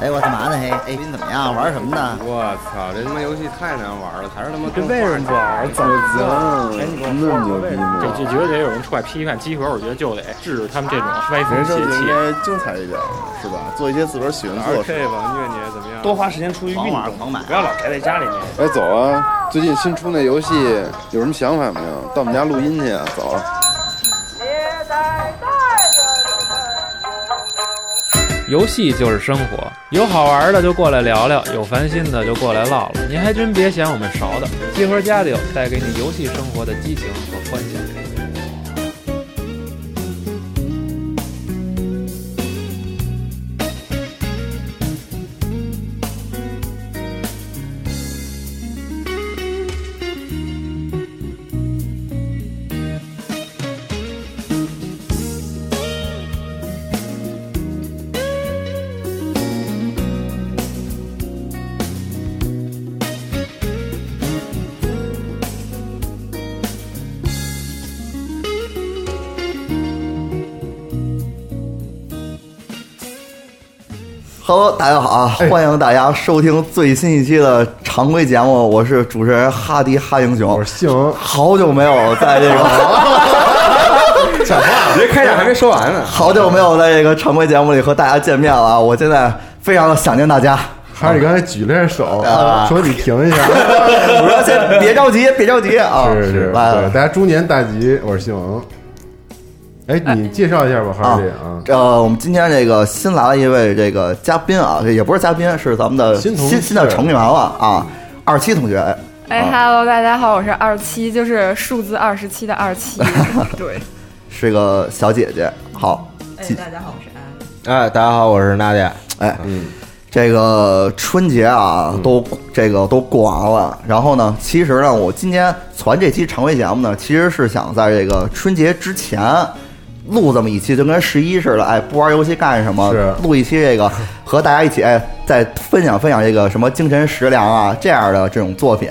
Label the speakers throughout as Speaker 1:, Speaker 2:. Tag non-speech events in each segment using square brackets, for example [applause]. Speaker 1: 哎，我干嘛呢？嘿，哎，你怎么样？玩什么呢？
Speaker 2: 我操，这他妈游戏太难玩了，还是他妈
Speaker 3: 这为什么不玩？
Speaker 4: 哎
Speaker 3: 怎么
Speaker 4: 怎么那么牛逼
Speaker 3: 这
Speaker 4: 呢？
Speaker 3: 这绝对得有人出来批判集合，我觉得就得制止他们这种歪风
Speaker 4: 人生
Speaker 3: 邪
Speaker 4: 就应
Speaker 3: 气。
Speaker 4: 该精彩一点，是吧？做一些自个儿喜欢做的事。
Speaker 2: RK 吧，虐你怎么样？
Speaker 5: 多花时间出去运
Speaker 1: 狂玩
Speaker 5: 动，
Speaker 1: 狂买
Speaker 5: 不要老宅在家里面。
Speaker 4: 哎，走啊！最近新出那游戏有什么想法没有？到我们家录音去啊！走啊。
Speaker 6: 游戏就是生活，有好玩的就过来聊聊，有烦心的就过来唠唠。您还真别嫌我们勺的，集合家里有带给你游戏生活的激情和欢笑。
Speaker 1: Hello，大家好啊，
Speaker 7: 哎
Speaker 1: 欢迎大家收听最新一期的常规节目，我是主持人哈迪哈英雄，我是
Speaker 4: 行，
Speaker 1: 好久没有在
Speaker 7: [laughs]
Speaker 1: 这个，讲话
Speaker 2: 人开场还没说完呢。
Speaker 1: 好久没有在这个常规节目里和大家见面了啊，我现在非常的想念大家。
Speaker 7: 还是你刚才举了下手
Speaker 1: 啊，
Speaker 7: 说你停
Speaker 1: [laughs]
Speaker 7: 一下。
Speaker 1: 我说先别着急，别着急啊！
Speaker 7: 是是，对，
Speaker 1: 来
Speaker 7: 大
Speaker 1: 了
Speaker 7: 家猪年大吉，我是西蒙。哎，你介绍一下吧，哈
Speaker 1: 啊
Speaker 7: 士这啊，，
Speaker 1: 呃，我们今天这个新来了一位这个嘉宾啊，这也不是嘉宾，是咱们的
Speaker 7: 新
Speaker 1: 新
Speaker 7: 同事嗯
Speaker 1: 新的成员了啊，二七同学。
Speaker 8: 哎
Speaker 1: 啊
Speaker 8: ，Hello，大家好，我是二七，就是数字二十七的二 [laughs] 七。对，
Speaker 1: 是个小姐姐。好，
Speaker 9: 哎，大家好，我是安。
Speaker 2: 哎，大家好，我是娜姐。
Speaker 1: 哎，这个春节啊，都这个都过完了。然后呢，其实呢，我今天传这期常规节目呢，其实是想在这个春节之前录这么一期，就跟十一似的，哎，不玩游戏干什么
Speaker 7: 是？
Speaker 1: 录一期这个和大家一起哎，再分享分享这个什么精神食粮啊这样的这种作品。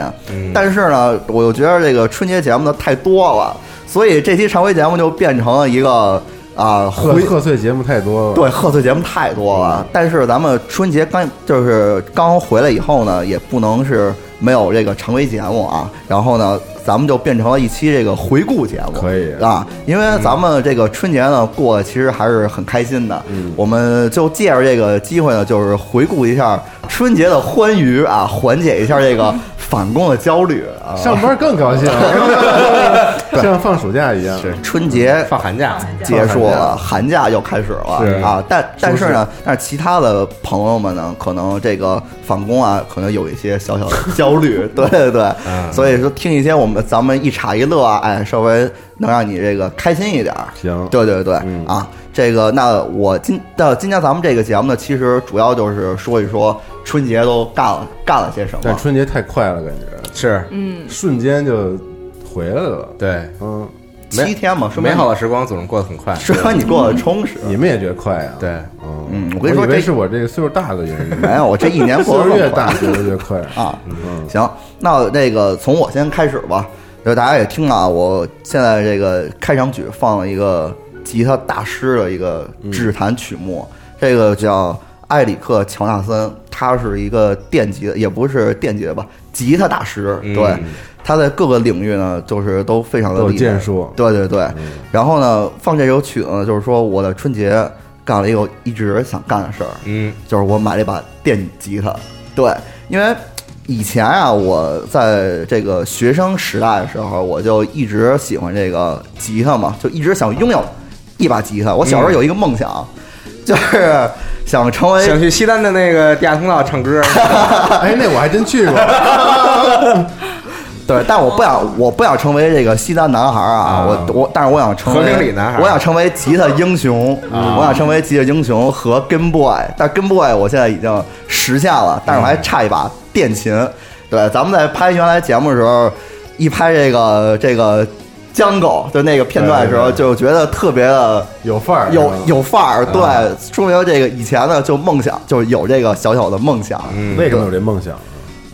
Speaker 1: 但是呢，我又觉得这个春节节目呢太多了，所以这期常规节目就变成了一个。啊，
Speaker 7: 贺
Speaker 1: 回
Speaker 7: 贺岁节目太多了。
Speaker 1: 对，贺岁节目太多了，但是咱们春节刚就是刚回来以后呢，也不能是没有这个常规节目啊。然后呢，咱们就变成了一期这个回顾节目，
Speaker 7: 可以嗯
Speaker 1: 啊。因为咱们这个春节呢过得其实还是很开心的，
Speaker 7: 嗯
Speaker 1: 我们就借着这个机会呢，就是回顾一下春节的欢愉啊，缓解一下这
Speaker 7: [laughs]
Speaker 1: 个返工的焦虑啊。
Speaker 7: 上班更高兴，像放暑假一样。
Speaker 1: 是春节
Speaker 2: 放寒假，
Speaker 1: 结束了，寒假又开始
Speaker 7: 啊是
Speaker 1: 了啊！但但是呢，但是其他的朋友们呢，可能这个返工啊，可能有一些小
Speaker 7: [laughs]
Speaker 1: 小的焦虑，对对对，
Speaker 7: 嗯
Speaker 1: 所以说听一些我们咱们一茶一乐啊，哎，稍微能让你这个开心一点儿。
Speaker 7: 行，
Speaker 1: 对对对
Speaker 7: 嗯
Speaker 1: 啊，这个那我今那今天咱们这个节目呢，其实主要就是说一说春节都干了干了些什
Speaker 7: 但
Speaker 1: 么。
Speaker 7: 春节太快了，感觉
Speaker 2: 是
Speaker 8: 嗯，
Speaker 7: 瞬间就回来了。
Speaker 2: 对，
Speaker 7: 嗯，
Speaker 1: 七天嘛，说明
Speaker 2: 美好的时光总是过得很快。
Speaker 1: 说明你过得充实。
Speaker 7: 你们也觉得快啊？
Speaker 2: 对，
Speaker 7: 嗯
Speaker 1: 嗯我
Speaker 7: 我
Speaker 1: 跟你说
Speaker 7: 以为
Speaker 1: 这
Speaker 7: 是我这个岁数大的原因，
Speaker 1: 没有，我这一年
Speaker 7: 岁
Speaker 1: 过得
Speaker 7: 数
Speaker 1: 更
Speaker 7: 越
Speaker 1: 快
Speaker 7: 大觉得越快。
Speaker 1: 啊。
Speaker 7: 嗯，
Speaker 1: 行，那那个从我先开始吧，就大家也听了啊，我现在这个开场曲放了一个吉他大师的一个指弹曲目，这个叫埃里克·乔纳森，他是一个电吉，也不是电吉的吧，吉他大师，对。
Speaker 2: 嗯
Speaker 1: 他在各个领域呢，就是都非常的
Speaker 7: 都有
Speaker 1: 厉害
Speaker 7: 建树
Speaker 1: 对对对。然后呢，放这首曲子呢，就是说我的春节干了一个我一直想干的事儿，
Speaker 2: 嗯，
Speaker 1: 就是我买了一把电吉他。对，因为以前啊，我在这个学生时代的时候，我就一直喜欢这个吉他嘛，就一直想拥有一把吉他。我小时候有一个梦想，就是想成为
Speaker 2: 想去西单的那个地下通道唱歌，
Speaker 7: [laughs] 哎，那我还真去过，
Speaker 1: 对，但我不想，我不想成为这个西单男孩啊！我我，但是我想成为
Speaker 2: 和平里男孩
Speaker 1: 我想成为吉他英雄，我想成为吉他英雄和跟 boy，但跟 boy 我现在已经实现了，但是我还差一把电琴。对，咱们在拍原来节目的时候，一拍这个这个江狗就那个片段的时候，
Speaker 7: 对嗯对
Speaker 1: 就觉得特别的。
Speaker 7: 有范儿，
Speaker 1: 有
Speaker 7: 是吧
Speaker 1: 有范儿，对
Speaker 7: 啊，
Speaker 1: 说明这个以前呢，就梦想，就是有这个小小的梦想，
Speaker 2: 嗯
Speaker 7: 为什么有这梦想？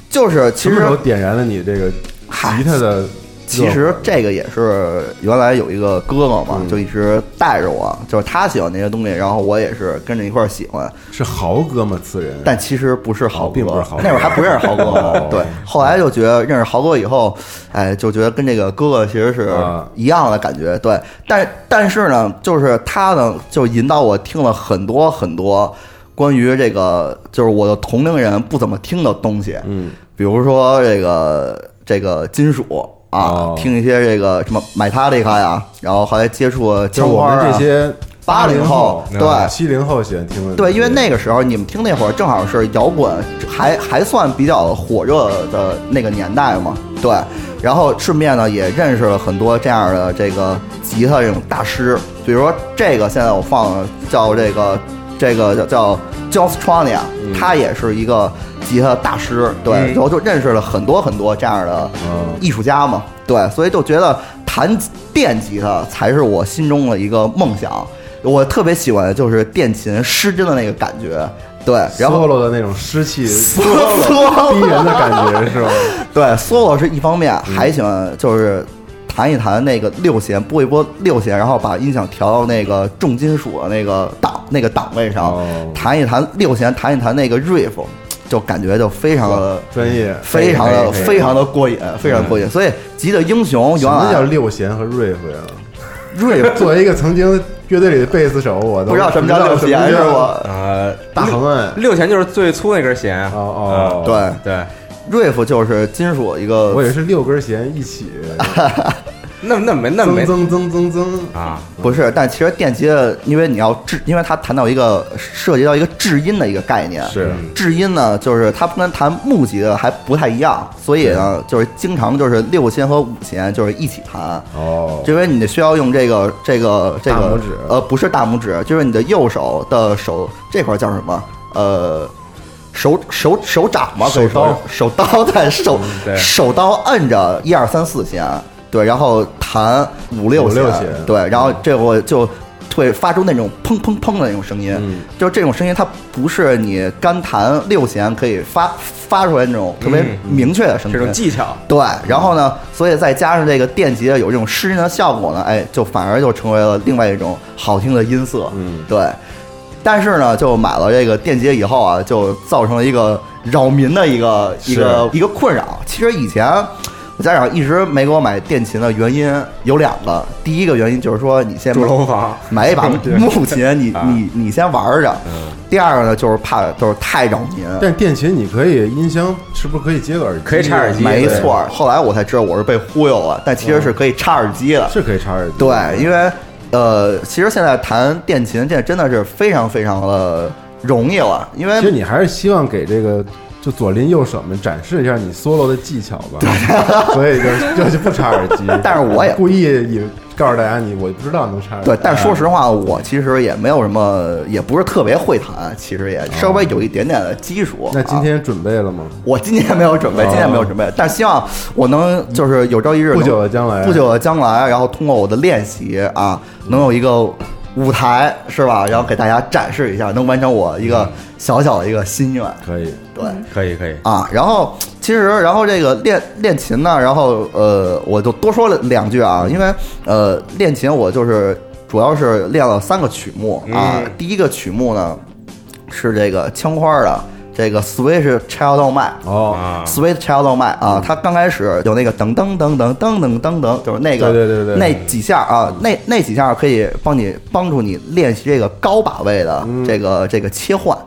Speaker 1: 就是其
Speaker 7: 什么
Speaker 1: 实
Speaker 7: 时候点燃了你这个吉他的
Speaker 1: 其实这个也是原来有一个哥哥
Speaker 7: 嗯
Speaker 1: 嘛，就一直带着我，就是他喜欢那些东西，然后我也是跟着一块儿喜欢。
Speaker 7: 是豪哥吗？此人，
Speaker 1: 但其实不是豪哥，
Speaker 7: 并不是豪哥
Speaker 1: 那会儿还不认识豪哥
Speaker 7: 哦
Speaker 1: 呢。 [laughs] 对，后来就觉得认识豪哥以后，哎，就觉得跟这个哥哥其实是
Speaker 7: 啊
Speaker 1: 一样的感觉。对，但但是呢，就是他呢，就引导我听了很多很多关于这个，就是我的同龄人不怎么听的东西。嗯，比如说这个这个金属。啊
Speaker 7: 哦，
Speaker 1: 听一些这个什么买他这卡呀，然后后来接触了
Speaker 7: 就
Speaker 1: 枪
Speaker 7: 是我
Speaker 1: 花
Speaker 7: 们
Speaker 1: 啊
Speaker 7: 这些
Speaker 1: 80后对
Speaker 7: 七零后喜欢听的，
Speaker 1: 对，因为那个时候你们听那会儿正好是摇滚还还算比较火热的那个年代嘛，对。然后顺便呢也认识了很多这样的这个吉他这种大师，比如说这个现在我放的叫这个这个叫叫 j o s t r o n i a
Speaker 7: 嗯
Speaker 1: 他也是一个吉他大师，对。然后就认识了很多很多这样的
Speaker 7: 嗯
Speaker 1: 艺术家嘛，对，所以就觉得弹电吉他才是我心中的一个梦想。我特别喜欢的就是电琴失真的那个感觉，对，然后
Speaker 7: solo 的那种湿气
Speaker 1: solo
Speaker 7: 逼人的感觉是吧？
Speaker 1: [laughs] 对 solo 是一方面，
Speaker 7: 嗯
Speaker 1: 还喜欢就是弹一弹那个六弦，拨一拨六弦，然后把音响调到那个重金属的那个档那个档位上
Speaker 7: 哦，
Speaker 1: 弹一弹六弦，弹一弹那个 riff，就感觉就非常的。
Speaker 7: 专
Speaker 1: [laughs]
Speaker 7: 业，哎
Speaker 1: 非常的
Speaker 7: 可以可以
Speaker 1: 非常的过瘾，非常过瘾。所以《极乐英雄》
Speaker 7: 嗯什
Speaker 1: 原
Speaker 7: 么
Speaker 1: 来啊
Speaker 7: 叫六弦和 riff 呀？riff
Speaker 1: [laughs]
Speaker 7: 作为一个曾经乐队里的贝斯手，我都
Speaker 1: 不知道什么叫六弦是？吧？
Speaker 2: 呃，
Speaker 7: 大横按，
Speaker 2: 六弦就是最粗那根弦啊。
Speaker 7: 哦哦，
Speaker 1: 对
Speaker 2: 对，
Speaker 1: ，riff 就是金属一个
Speaker 7: 我也是六根弦一起
Speaker 1: 啊
Speaker 2: 那那没那
Speaker 7: 增
Speaker 2: 没
Speaker 7: 增增增增，
Speaker 2: 啊，
Speaker 1: 不是，但其实电吉的，因为你要制，因为它谈到一个涉及到一个制音的一个概念，
Speaker 7: 是
Speaker 1: 制音呢，就是它跟弹木吉的还不太一样，所以呢，就是经常就是六弦和五弦就是一起弹。
Speaker 7: 哦，
Speaker 1: 因为你需要用这个这个这个
Speaker 7: 大拇指
Speaker 1: 呃，不是大拇指，就是你的右手的手这块叫什么？呃，手手手掌嘛，可以说是手刀在手
Speaker 2: 对
Speaker 1: 手刀摁着一二三四弦，对，然后弹五六
Speaker 7: 五
Speaker 1: 弦
Speaker 7: 六弦，
Speaker 1: 对，然后这会就会发出那种砰砰砰的那种声音，
Speaker 7: 嗯
Speaker 1: 就是这种声音它不是你干弹六弦可以发发出来那种特别
Speaker 2: 嗯
Speaker 1: 明确的声音，
Speaker 2: 这种技巧
Speaker 1: 对，然后呢，所以再加上这个电吉的有这种湿音的效果呢，哎，就反而就成为了另外一种好听的音色。
Speaker 7: 嗯，
Speaker 1: 对。但是呢，就买了这个电吉以后啊，就造成了一个扰民的一个一个一个困扰。其实以前我家长一直没给我买电琴的原因有两个，第一个原因就是说你先
Speaker 2: 住楼房
Speaker 1: 买一把木琴，你你你先玩着；第二个呢，就是怕就是太扰民。
Speaker 7: 但电琴你可以音箱是不是可以接个耳机？
Speaker 2: 可以插耳机
Speaker 1: 没错儿，后来我才知道我是被忽悠了，但其实是可以插耳机的。
Speaker 7: 是可以插耳机，
Speaker 1: 对，因为呃，其实现在弹电琴，现在真的是非常非常的容易了，因为
Speaker 7: 其实你还是希望给这个就左邻右舍们展示一下你 solo 的技巧吧， [laughs] 所以就就就不插耳机。
Speaker 1: [laughs] 但是我也
Speaker 7: 故意以告诉大家你，我不知道能插耳机。
Speaker 1: 对，但说实话，我其实也没有什么，也不是特别会弹，其实也稍微有一点点的基础。
Speaker 7: 那今
Speaker 1: 啊
Speaker 7: 天准备了吗？
Speaker 1: 我今天没有准备，今天没有准备，但希望我能就是有朝一日
Speaker 7: 哦不
Speaker 1: 能
Speaker 7: 久的将来
Speaker 1: 不久的将来，然后通过我的练习啊，能有一个舞台是吧？然后给大家展示一下，能完成我一
Speaker 7: 嗯
Speaker 1: 个小小的一个心愿。
Speaker 7: 可以，
Speaker 1: 对
Speaker 2: 可以可以，
Speaker 1: 啊，然后其实然后这个练练琴呢，然后呃，我就多说了两句啊，因为呃，练琴我就是主要是练了三个曲目啊，
Speaker 7: 嗯
Speaker 1: 第一个曲目呢是这个枪花的这个 Switch Child o My。
Speaker 2: 啊
Speaker 7: 哦，
Speaker 1: Sweet Child O' Mine 啊，它刚开始有那个噔噔噔噔噔噔噔噔，就是那个
Speaker 7: 嗯对对对对
Speaker 1: 那几下啊，那那几下可以帮你帮助你练习这个高把位的
Speaker 7: 嗯
Speaker 1: 这个、这个切换。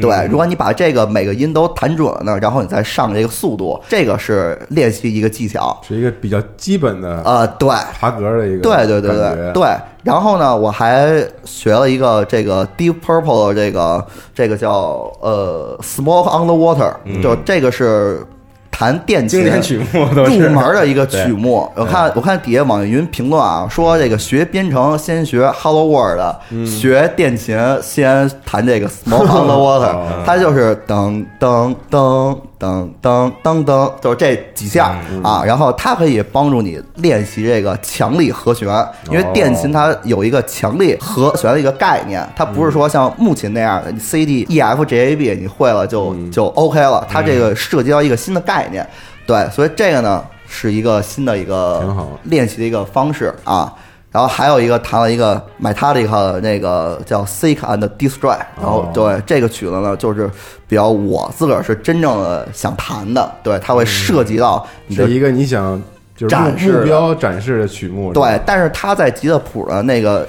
Speaker 1: 对，如果你把这个每个音都弹准了呢，然后你再上这个速度，这个是练习一个技巧。
Speaker 7: 是一个比较基本的
Speaker 1: 啊。对，
Speaker 7: 爬格的一个
Speaker 1: 对对对对
Speaker 7: 感觉，
Speaker 1: 对。然后呢，我还学了一个这个 Deep Purple 的这个这个叫呃 Smoke on the Water，、就这个是弹电琴
Speaker 2: 嗯经典曲目都是
Speaker 1: 入门的一个曲目。我看我看底下网易云评论啊，说这个学编程先学 Hello World，、学电琴先弹这个 Smoke on the Water，它就是噔噔噔噔噔噔噔，就是这几下、啊。然后它可以帮助你练习这个强力和弦，因为电琴它有一个强力和弦的一个概念，它不是说像木琴那样的你 C D E F G A B
Speaker 7: 嗯
Speaker 1: 你会了就就 OK 了，它这个涉及到一个新的概念。对，所以这个呢，是一个新的一个
Speaker 7: 挺好
Speaker 1: 练习的一个方式啊。然后还有一个弹了一个 Metallica 那个叫 Seek and Destroy，然后
Speaker 7: 哦
Speaker 1: 对这个曲子呢，就是比较我自个儿是真正的想弹的，对，它会涉及到你的
Speaker 7: 嗯是一个你想就是目
Speaker 1: 展示的
Speaker 7: 目标展示的曲目，
Speaker 1: 对，但是它在吉他谱的那个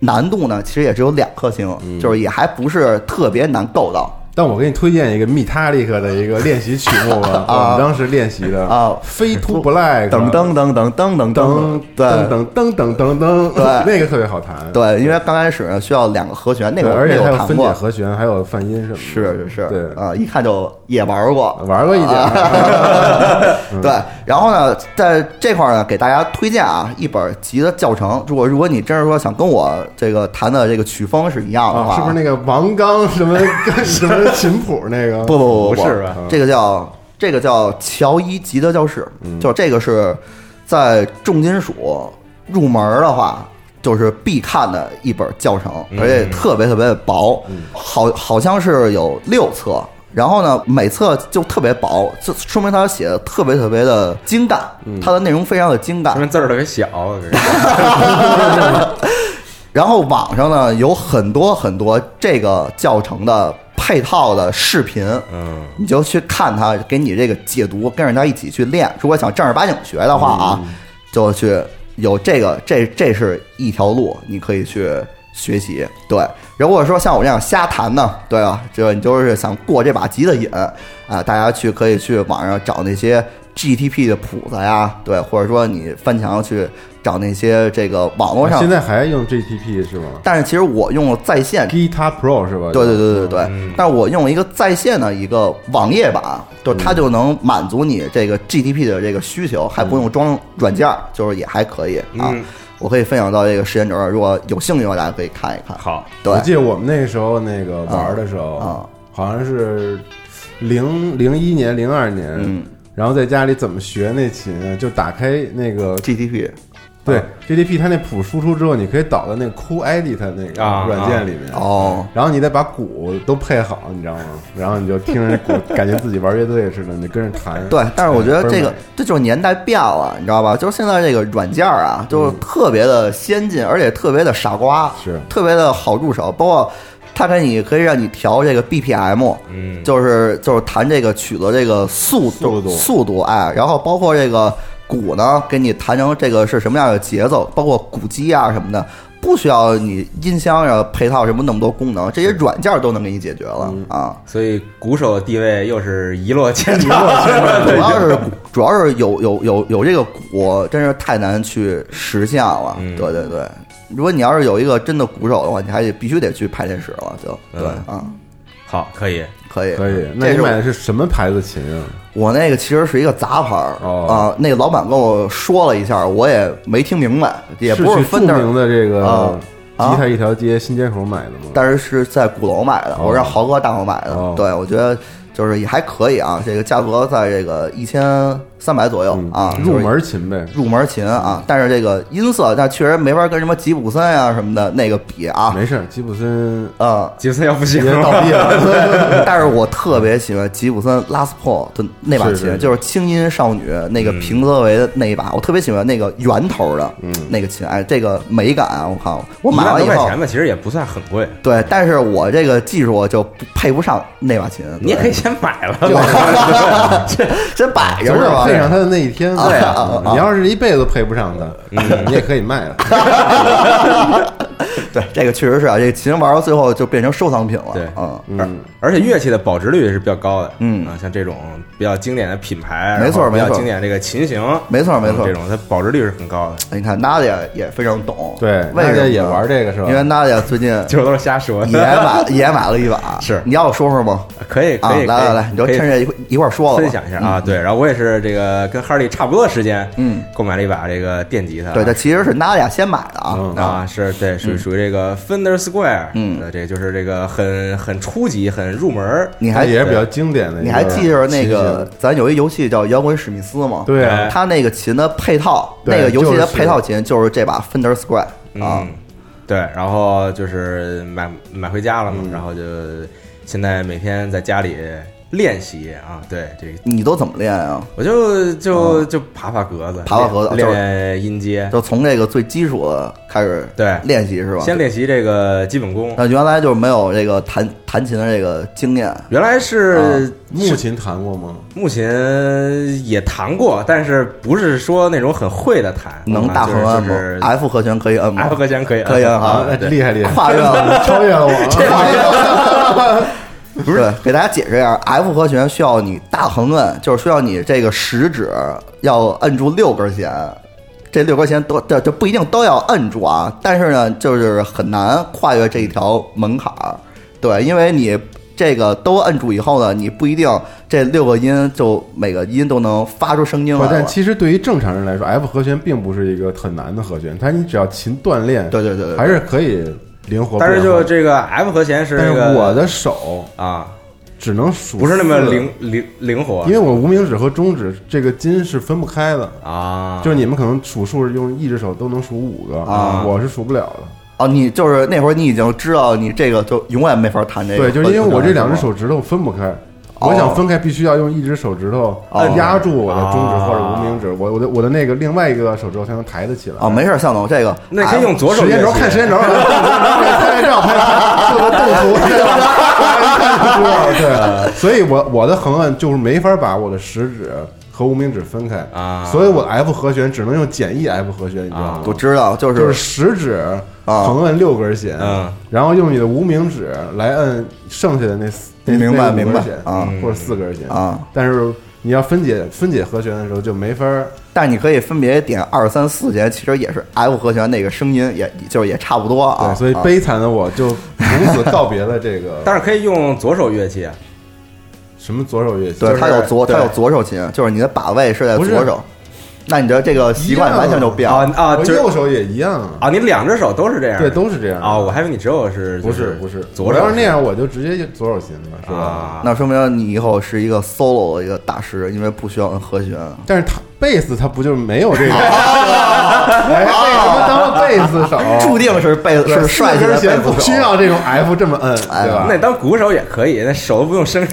Speaker 1: 难度呢，其实也只有两颗星，
Speaker 7: 嗯
Speaker 1: 就是也还不是特别难够到。
Speaker 7: 但我给你推荐一个密塔利克的一个练习曲
Speaker 1: [laughs]
Speaker 7: 目吧，我们当时练习的
Speaker 1: 啊
Speaker 7: 飞 to black，
Speaker 1: 噔噔噔噔噔噔
Speaker 7: 噔
Speaker 1: 对
Speaker 7: 噔噔噔噔噔，
Speaker 1: 对
Speaker 7: 那个特别好弹，
Speaker 1: 对，因为刚开始呢需要两个和弦，那个
Speaker 7: 对
Speaker 1: 我
Speaker 7: 而且
Speaker 1: 那
Speaker 7: 还
Speaker 1: 个我
Speaker 7: 有
Speaker 1: 弹
Speaker 7: 分解
Speaker 1: 过，
Speaker 7: 和弦，还有泛音什么的，
Speaker 1: 是是是，
Speaker 7: 对，
Speaker 1: 啊，一看就也玩过，
Speaker 7: 玩过一点，嗯
Speaker 1: 对，然后呢，在这块儿呢，给大家推荐啊一本吉他教程。如果如果你真是说想跟我这个弹的这个曲风是一样的
Speaker 7: 啊
Speaker 1: 话，
Speaker 7: 是不是那个王刚
Speaker 1: [laughs]
Speaker 7: 什么什么琴谱那个？
Speaker 1: 不不不不
Speaker 2: 不是吧
Speaker 1: 这个叫这个叫乔伊吉他教室，
Speaker 2: 嗯
Speaker 1: 就这个是在重金属入门的话。就是必看的一本教程，
Speaker 2: 嗯
Speaker 1: 而且特别特别的薄，好好像是有六册，然后呢每册就特别薄，这说明他写的特别特别的精干，它的内容非常的精干
Speaker 2: 嗯说，明字儿特别
Speaker 1: [laughs]
Speaker 2: 小，这个
Speaker 1: 然后网上呢有很多很多这个教程的配套的视频，
Speaker 2: 嗯，
Speaker 1: 你就去看它，给你这个解读，跟着他一起去练。如果想正儿八经学的话啊，就去有这个，这这是一条路，你可以去学习。对，如果说像我这样瞎弹呢，对啊，这你就是想过这把吉的瘾啊、大家去可以去网上找那些 GTP 的谱子呀，对，或者说你翻墙去找那些这个网络上
Speaker 7: 现在还用 GTP 是吗
Speaker 1: 但是其实我用了在线，
Speaker 7: ？Guitar Pro 是吧？
Speaker 1: 对对对对对，
Speaker 7: 嗯
Speaker 1: 但是我用一个在线的一个网页版，就它就能满足你这
Speaker 7: 嗯
Speaker 1: 个 GDP 的这个需求，还不用装软件儿，就是也还可以啊。
Speaker 7: 嗯
Speaker 1: 我可以分享到这个时间轴，如果有兴趣的话，大家可以看一看。
Speaker 2: 好，
Speaker 1: 对
Speaker 7: 我记得我们那个时候那个玩的时候，
Speaker 1: 啊
Speaker 7: 好像是零零一年、零二年，
Speaker 1: 嗯
Speaker 7: 然后在家里怎么学那琴，啊就打开那个
Speaker 1: ，GDP
Speaker 7: 对 GDP 它那谱输出之后，你可以导到那个 Cool Edit 那
Speaker 2: 啊
Speaker 7: 个软件里面。
Speaker 1: 哦，
Speaker 7: 然后你再把鼓都配好，你知道吗？然后你就听着鼓， [laughs] 感觉自己玩乐队似的，你就跟着弹。
Speaker 1: 对，但是我觉得这个
Speaker 7: 嗯
Speaker 1: 这就是年代变了，你知道吧？就是现在这个软件儿啊，就是特别的先进，而且特别的傻瓜，
Speaker 7: 是
Speaker 1: 特别的好入手。包括它给你可以让你调这个 BPM，
Speaker 2: 嗯，
Speaker 1: 就是就是弹这个曲子这个速
Speaker 7: 速度
Speaker 1: 速度哎，然后包括这个鼓呢，给你弹成这个是什么样的节奏，包括鼓机啊什么的，不需要你音箱呀配套什么那么多功能，这些软件儿都能给你解决了啊。
Speaker 2: 所以鼓手的地位又是一落
Speaker 1: [laughs]
Speaker 2: 千丈，
Speaker 1: 主要是主要是有有有有这个鼓，真是太难去实现了。
Speaker 2: 嗯
Speaker 1: 对对对，如果你要是有一个真的鼓手的话，你还得必须得去排练室了，就对啊、
Speaker 2: 好，可以，
Speaker 1: 可以
Speaker 7: 嗯可以。那
Speaker 1: 这
Speaker 7: 你
Speaker 1: 是
Speaker 7: 买
Speaker 1: 我
Speaker 7: 的是什么牌子琴啊？
Speaker 1: 我那个其实是一个杂牌儿啊、
Speaker 7: 哦
Speaker 1: 那个老板跟我说了一下，我也没听明白，也不
Speaker 7: 是去
Speaker 1: 分那
Speaker 7: 著名
Speaker 1: 儿，
Speaker 7: 的这个
Speaker 1: 啊
Speaker 7: 吉
Speaker 1: 啊
Speaker 7: 他一条街新街口买的吗？
Speaker 1: 但是是在鼓楼买的，
Speaker 7: 哦
Speaker 1: 我让豪哥带我买的。
Speaker 7: 哦
Speaker 1: 对，我觉得。就是也还可以啊，这个价格在这个一千三百左右啊，
Speaker 7: 嗯
Speaker 1: 就
Speaker 7: 入
Speaker 1: 是
Speaker 7: 门琴呗。
Speaker 1: 入门琴啊，但是这个音色，但确实没法跟什么吉普森啊什么的那个比啊，
Speaker 7: 没事儿，吉普
Speaker 1: [laughs]
Speaker 7: 森
Speaker 1: 呃，
Speaker 2: 吉森要不行
Speaker 7: 也
Speaker 2: 了， [laughs]
Speaker 7: 倒闭 [laughs] 了。
Speaker 1: 但是我特别喜欢吉普森拉斯珀的那把琴，
Speaker 7: 是是是
Speaker 1: 就是轻音少女那个平泽唯的那一把，我特别喜欢那个圆头的
Speaker 2: 嗯
Speaker 1: 那个琴，哎，这个美感啊，我靠，我买
Speaker 2: 一万
Speaker 1: 完以
Speaker 2: 多块
Speaker 1: 后，
Speaker 2: 钱吧，其实也不算很贵，
Speaker 1: 对，但是我这个技术我就不配不上那把琴，对
Speaker 2: 你也可以先买了，
Speaker 1: [laughs] 真摆着
Speaker 7: 总
Speaker 1: 是吧？
Speaker 7: 得配上他的那一天吧。嗯
Speaker 1: 啊啊嗯啊
Speaker 7: 你要是一辈子配不上他，你也可以卖了。啊
Speaker 1: 对，这个确实是啊，这个琴玩到最后就变成收藏品了，
Speaker 2: 对
Speaker 1: 嗯。
Speaker 7: 嗯，
Speaker 2: 而且乐器的保值率也是比较高的，
Speaker 1: 嗯
Speaker 2: 啊，像这种比较经典的品牌，
Speaker 1: 没错
Speaker 2: 然后比
Speaker 1: 没
Speaker 2: 较
Speaker 1: 错
Speaker 2: 经典这个琴型，
Speaker 1: 没错没
Speaker 2: 嗯
Speaker 1: 错
Speaker 2: 这种它保值率是很高的，
Speaker 1: 哎你看 Nadia 也非常懂，
Speaker 7: 对
Speaker 1: 为什么
Speaker 7: Nadia
Speaker 1: 呢
Speaker 7: 也玩这个是吧
Speaker 1: 因为 Nadia 最
Speaker 7: [laughs]
Speaker 1: 近
Speaker 2: 其实我都是瞎说
Speaker 1: 也
Speaker 2: 的，
Speaker 1: 买也买了一把，
Speaker 2: 是
Speaker 1: 你要我说说吗？
Speaker 2: 可以
Speaker 1: 啊，
Speaker 2: 可以，
Speaker 1: 来来来，你就
Speaker 2: 可以
Speaker 1: 趁这一块一块儿说了吧
Speaker 2: 分享一下啊，对，然后我也是这个跟哈利差不多的时间，
Speaker 1: 嗯，
Speaker 2: 购买了一把这个电吉他，
Speaker 1: 对，这其实是 Nadia 先买的啊
Speaker 7: 嗯
Speaker 2: 啊，是对，属于属于这个 Fender Square，
Speaker 1: 嗯
Speaker 2: 呃这就是这个很很初级、很入门儿，
Speaker 1: [laughs] 你还
Speaker 7: 也是比较经典的一
Speaker 1: 你
Speaker 7: 个琴型。
Speaker 1: 还记着那个咱有一游戏叫《摇滚史密斯》吗？
Speaker 7: 对啊
Speaker 2: 哎
Speaker 1: 他那个琴的配套，
Speaker 7: 对
Speaker 1: 那个游戏的
Speaker 7: 就是
Speaker 1: 配套琴就是这把 Fender Square 啊
Speaker 2: 嗯，，对，然
Speaker 1: 嗯
Speaker 2: 后就是买买回家了嘛，然后就现在每天在家里练习啊，对这个，
Speaker 1: 你都怎么练啊？
Speaker 2: 我就就就爬爬格子，
Speaker 1: 哦爬爬格子
Speaker 2: 练
Speaker 1: 就是
Speaker 2: 练音阶，
Speaker 1: 就从这个最基础的开始
Speaker 2: 对
Speaker 1: 练习是吧？啊
Speaker 2: 先。练习这个基本功。
Speaker 1: 那原来就是没有这个弹弹琴的这个经验，
Speaker 2: 原来
Speaker 1: 啊
Speaker 2: 是
Speaker 7: 木琴弹过吗？
Speaker 2: 木琴也弹过，但是不是说那种很会的弹，
Speaker 1: 能
Speaker 2: 啊
Speaker 1: 大
Speaker 2: 就
Speaker 1: 横
Speaker 2: 是
Speaker 1: 按
Speaker 2: 就
Speaker 1: 吗
Speaker 2: 是嗯
Speaker 1: ？F 和弦可以摁吗 [laughs]
Speaker 2: F 和弦可以，
Speaker 1: 可以啊
Speaker 2: 啊
Speaker 1: 好，
Speaker 7: 哎
Speaker 2: 对
Speaker 7: 厉害厉害，
Speaker 1: 跨越了，
Speaker 7: [laughs] 超越了我。啊
Speaker 1: [laughs] 不是给大家解释一下，F 和弦需要你大横摁，就是需要你这个食指要摁住六根弦，这六根弦都这这不一定都要摁住啊，但是呢，就是很难跨越这一条门槛儿，对，因为你。这个都摁住以后呢，你不一定这六个音就每个音都能发出声音
Speaker 7: 不
Speaker 1: 来
Speaker 7: 但
Speaker 1: 了。
Speaker 7: 其实对于正常人来说，F 和弦并不是一个很难的和弦，它你只要勤锻炼，
Speaker 1: 对对对对，
Speaker 7: 还是可以灵活变化。
Speaker 2: 但是就这个 F 和弦是
Speaker 7: 但
Speaker 2: 这
Speaker 7: 是
Speaker 2: 个
Speaker 7: 我的手
Speaker 2: 啊，
Speaker 7: 只能数，
Speaker 2: 不是那么灵，灵灵活，
Speaker 7: 因为我无名指和中指这个筋是分不开的。
Speaker 2: 啊，
Speaker 7: 就是你们可能数数是用一只手都能数五个
Speaker 1: 啊
Speaker 7: 我是数不了的。
Speaker 1: 哦，你就是那会儿你已经知道你这个就永远没法弹这个呃
Speaker 7: 对，
Speaker 1: 哎和弦了。
Speaker 7: 就是因为我这两只
Speaker 1: 是吗
Speaker 7: 手指头分不开，
Speaker 1: 哦
Speaker 7: 我想分开必须要用一只手指头
Speaker 1: 哦
Speaker 7: 压住我的中指
Speaker 2: 啊
Speaker 7: 或者无名指，我我的我的那个另外一个手指头才能抬得起来。
Speaker 1: 哦，没事儿，向总，这个
Speaker 2: 那可以
Speaker 1: F-
Speaker 2: 用左手
Speaker 7: 时
Speaker 2: 练
Speaker 7: 间
Speaker 2: 习
Speaker 7: 轴看时 [laughs] 间轴，看时间轴拍拍照拍照，做个动 [laughs] 图， [laughs] 对，所以我我的横按就是没法把我的食指和无名指分开
Speaker 2: 啊
Speaker 7: 所以我的 F 和弦只能用简易 F 和弦，你知道吗
Speaker 2: 啊？
Speaker 1: 我知道，就
Speaker 7: 就是
Speaker 1: 是
Speaker 7: 食指
Speaker 1: 啊
Speaker 7: 横摁六根弦，
Speaker 2: 嗯
Speaker 7: 然后用你的无名指来摁剩下的那四那
Speaker 1: 明白
Speaker 7: 那五根
Speaker 1: 明白
Speaker 7: 弦
Speaker 1: 啊
Speaker 7: 或者四根弦
Speaker 1: 啊。
Speaker 7: 但是你要分解分解和弦的时候就没法儿
Speaker 1: 但你可以分别点二三四弦，其实也是 F 和弦那个声音也就是也差不多啊。
Speaker 7: 对，所以
Speaker 1: 啊
Speaker 7: 悲惨的我就从此告别了这个
Speaker 2: 但是可以用左手乐器啊，
Speaker 7: [laughs] 什么左手乐器，
Speaker 1: 对
Speaker 7: 就是
Speaker 1: 它有左
Speaker 2: 对
Speaker 1: 它有左手琴，就是你的把位是在
Speaker 7: 不是
Speaker 1: 左手，那你的这个习惯
Speaker 7: 一样
Speaker 1: 完全就变了。
Speaker 2: 啊，
Speaker 7: 我
Speaker 2: 就是
Speaker 7: 右手也一样啊，
Speaker 2: 啊，你两只手都是这样，
Speaker 7: 对，都是这样
Speaker 2: 啊，我还以为你只有是
Speaker 7: 不
Speaker 2: 就是是
Speaker 7: 不是，
Speaker 2: 左
Speaker 7: 我
Speaker 2: 手
Speaker 7: 要是那样我就直接就左手琴了，是吧？
Speaker 2: 啊，
Speaker 1: 那说明你以后是一个 solo 的一个大师，因为不需要摁和弦。
Speaker 7: 但是他贝斯他不就没有这个？哎，为什么当了贝斯手？
Speaker 1: 注定是被
Speaker 2: [laughs]
Speaker 7: 对
Speaker 1: 是帅
Speaker 7: 四
Speaker 1: 气
Speaker 7: 根
Speaker 1: 的
Speaker 7: 弦
Speaker 1: 贝
Speaker 7: 不
Speaker 1: 斯
Speaker 7: 需
Speaker 1: 手，
Speaker 7: 要这种 F 这么摁，对吧？
Speaker 2: 那你当鼓手也可以，那手都不用伸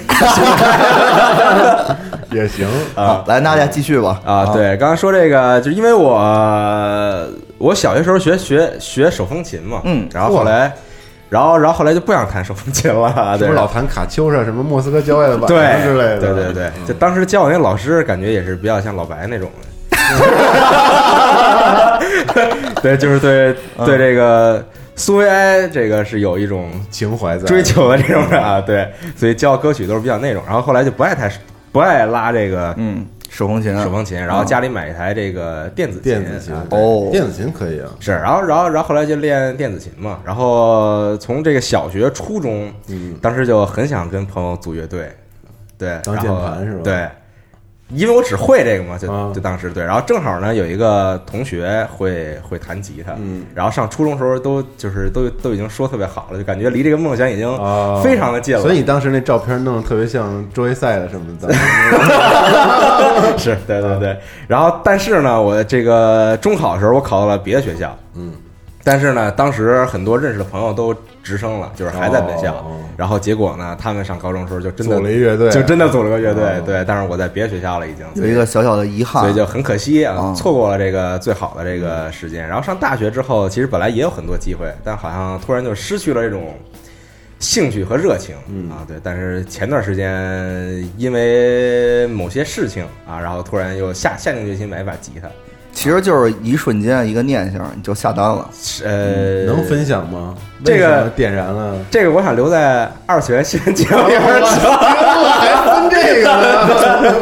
Speaker 7: 也行，
Speaker 1: 啊来，
Speaker 7: 嗯
Speaker 1: 那大家继续吧。
Speaker 2: 啊。对，刚刚说这个，就因为我我小学时候学学学手风琴嘛，
Speaker 1: 嗯
Speaker 2: 然后后来，然后然后后来就不想弹手风琴了，
Speaker 7: 是不
Speaker 2: 啊对
Speaker 7: 是，老弹卡秋莎什么莫斯科郊外的晚
Speaker 2: 对
Speaker 7: 上之类的？嗯
Speaker 2: 对对对，就当时教我那老师，感觉也是比较像老白那种的。 [laughs] 对，就是对
Speaker 7: 嗯
Speaker 2: 对这个苏维埃这个是有一种
Speaker 7: 情怀在
Speaker 2: 追求的这种人啊，对，所以教歌曲都是比较那种。然后后来就不爱弹，不爱拉这个
Speaker 1: 嗯，手风琴，
Speaker 2: 手风琴，然后家里买一台这个电子琴
Speaker 7: 电子琴
Speaker 2: 啊
Speaker 7: 对
Speaker 1: 哦
Speaker 7: 电子琴可以啊，
Speaker 2: 是，然后，然后，然后后来就练电子琴嘛。然后从这个小学、初中，
Speaker 7: 嗯，
Speaker 2: 当时就很想跟朋友组乐队，对，
Speaker 7: 当
Speaker 2: 然
Speaker 7: 键
Speaker 2: 后
Speaker 7: 盘是吧
Speaker 2: 对，因为我只会这个嘛，就、
Speaker 7: 啊
Speaker 2: 就当时对。然后正好呢，有一个同学会会弹吉他，
Speaker 7: 嗯，
Speaker 2: 然后上初中时候都就是都都已经说特别好了，就感觉离这个梦想已经
Speaker 7: 啊，
Speaker 2: 非常的近了。
Speaker 7: 所以你当时那照片弄得特别像周围赛的什
Speaker 2: [laughs]
Speaker 7: 么的，
Speaker 2: 是对对对。然后但是呢，我这个中考的时候我考到了别的学校，
Speaker 7: 嗯，
Speaker 2: 但是呢，当时很多认识的朋友都直升了，就是还在本校。
Speaker 7: 哦
Speaker 2: 然后结果呢，他们上高中的时候就真的
Speaker 7: 组了一乐队
Speaker 2: 就真的组了个乐队，
Speaker 7: 哦
Speaker 2: 对。但是我在别的学校了已经，
Speaker 1: 有一个小小的遗憾，
Speaker 2: 所以就很可惜啊
Speaker 1: 啊，
Speaker 7: 嗯
Speaker 2: 错过了这个最好的这个时间。然后上大学之后，其实本来也有很多机会，但好像突然就失去了这种兴趣和热情
Speaker 7: 嗯
Speaker 2: 啊。对，但是前段时间因为某些事情啊，然后突然又下下定决心买一把吉他。
Speaker 1: 其实就是一瞬间一个念想，你就下单了。
Speaker 2: 是呃，
Speaker 7: 嗯能分享吗？
Speaker 2: 这
Speaker 7: 为什
Speaker 2: 个
Speaker 7: 么点燃了。
Speaker 2: 这个，我想留在二次元新闻 [laughs] 节目里边儿讲。啊
Speaker 7: 分这
Speaker 2: [laughs]
Speaker 7: 个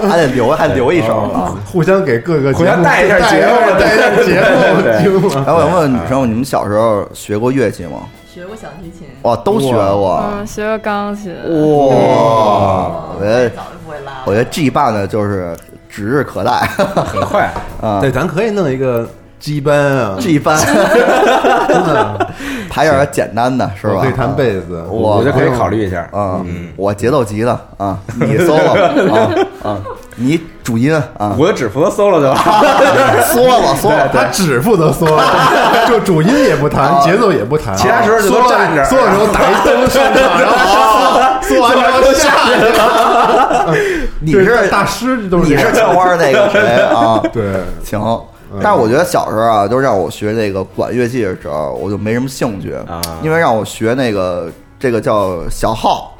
Speaker 7: 呢，
Speaker 1: 还得留还留一手啊。
Speaker 7: [laughs] 互相给各个
Speaker 2: 互相带一下节目
Speaker 7: 带一下节目，听
Speaker 1: 哎，
Speaker 7: 吗？
Speaker 1: 我想问女生，你们小时候学过乐器吗？
Speaker 5: 学过小提琴，
Speaker 1: 哇，都学过。啊
Speaker 8: 嗯，学个钢琴，
Speaker 1: 哇，我觉得
Speaker 5: 早就不会拉
Speaker 1: 我觉
Speaker 5: 了。
Speaker 1: 得 G 办的就是指日可待
Speaker 2: 很快，
Speaker 1: 啊。
Speaker 7: 对，咱可以弄一个鸡班啊，
Speaker 1: G 班
Speaker 7: 真的，啊
Speaker 1: [laughs] 还有点简单的是吧？
Speaker 7: 我可以弹贝斯，
Speaker 1: 我
Speaker 2: 我就可以考虑一下。
Speaker 1: 啊
Speaker 2: 嗯，
Speaker 1: 我节奏吉的啊，你 solo 啊啊，你主音啊，
Speaker 2: 我只负责 solo 就好。
Speaker 7: [laughs]
Speaker 1: 缩了吧，缩了吧，
Speaker 7: 他只负责嗦， [laughs] 就主音也不弹，
Speaker 1: 哦
Speaker 7: 节奏也不弹，
Speaker 2: 其他时候就都
Speaker 7: [laughs]
Speaker 2: 站着
Speaker 7: 嗦的时候
Speaker 1: [laughs]
Speaker 7: 打一灯上场，然
Speaker 1: 哦
Speaker 7: 后嗦完之后就下去了。
Speaker 1: 你
Speaker 7: 这
Speaker 1: 是
Speaker 7: 大师，都是
Speaker 1: 你
Speaker 7: 这
Speaker 1: 是
Speaker 7: 样
Speaker 1: 校花那个谁啊？
Speaker 7: 对，
Speaker 1: 行。但是我觉得小时候啊，都让我学那个管乐器的时候，我就没什么兴趣
Speaker 2: 啊
Speaker 1: 因为让我学那个这个叫小号，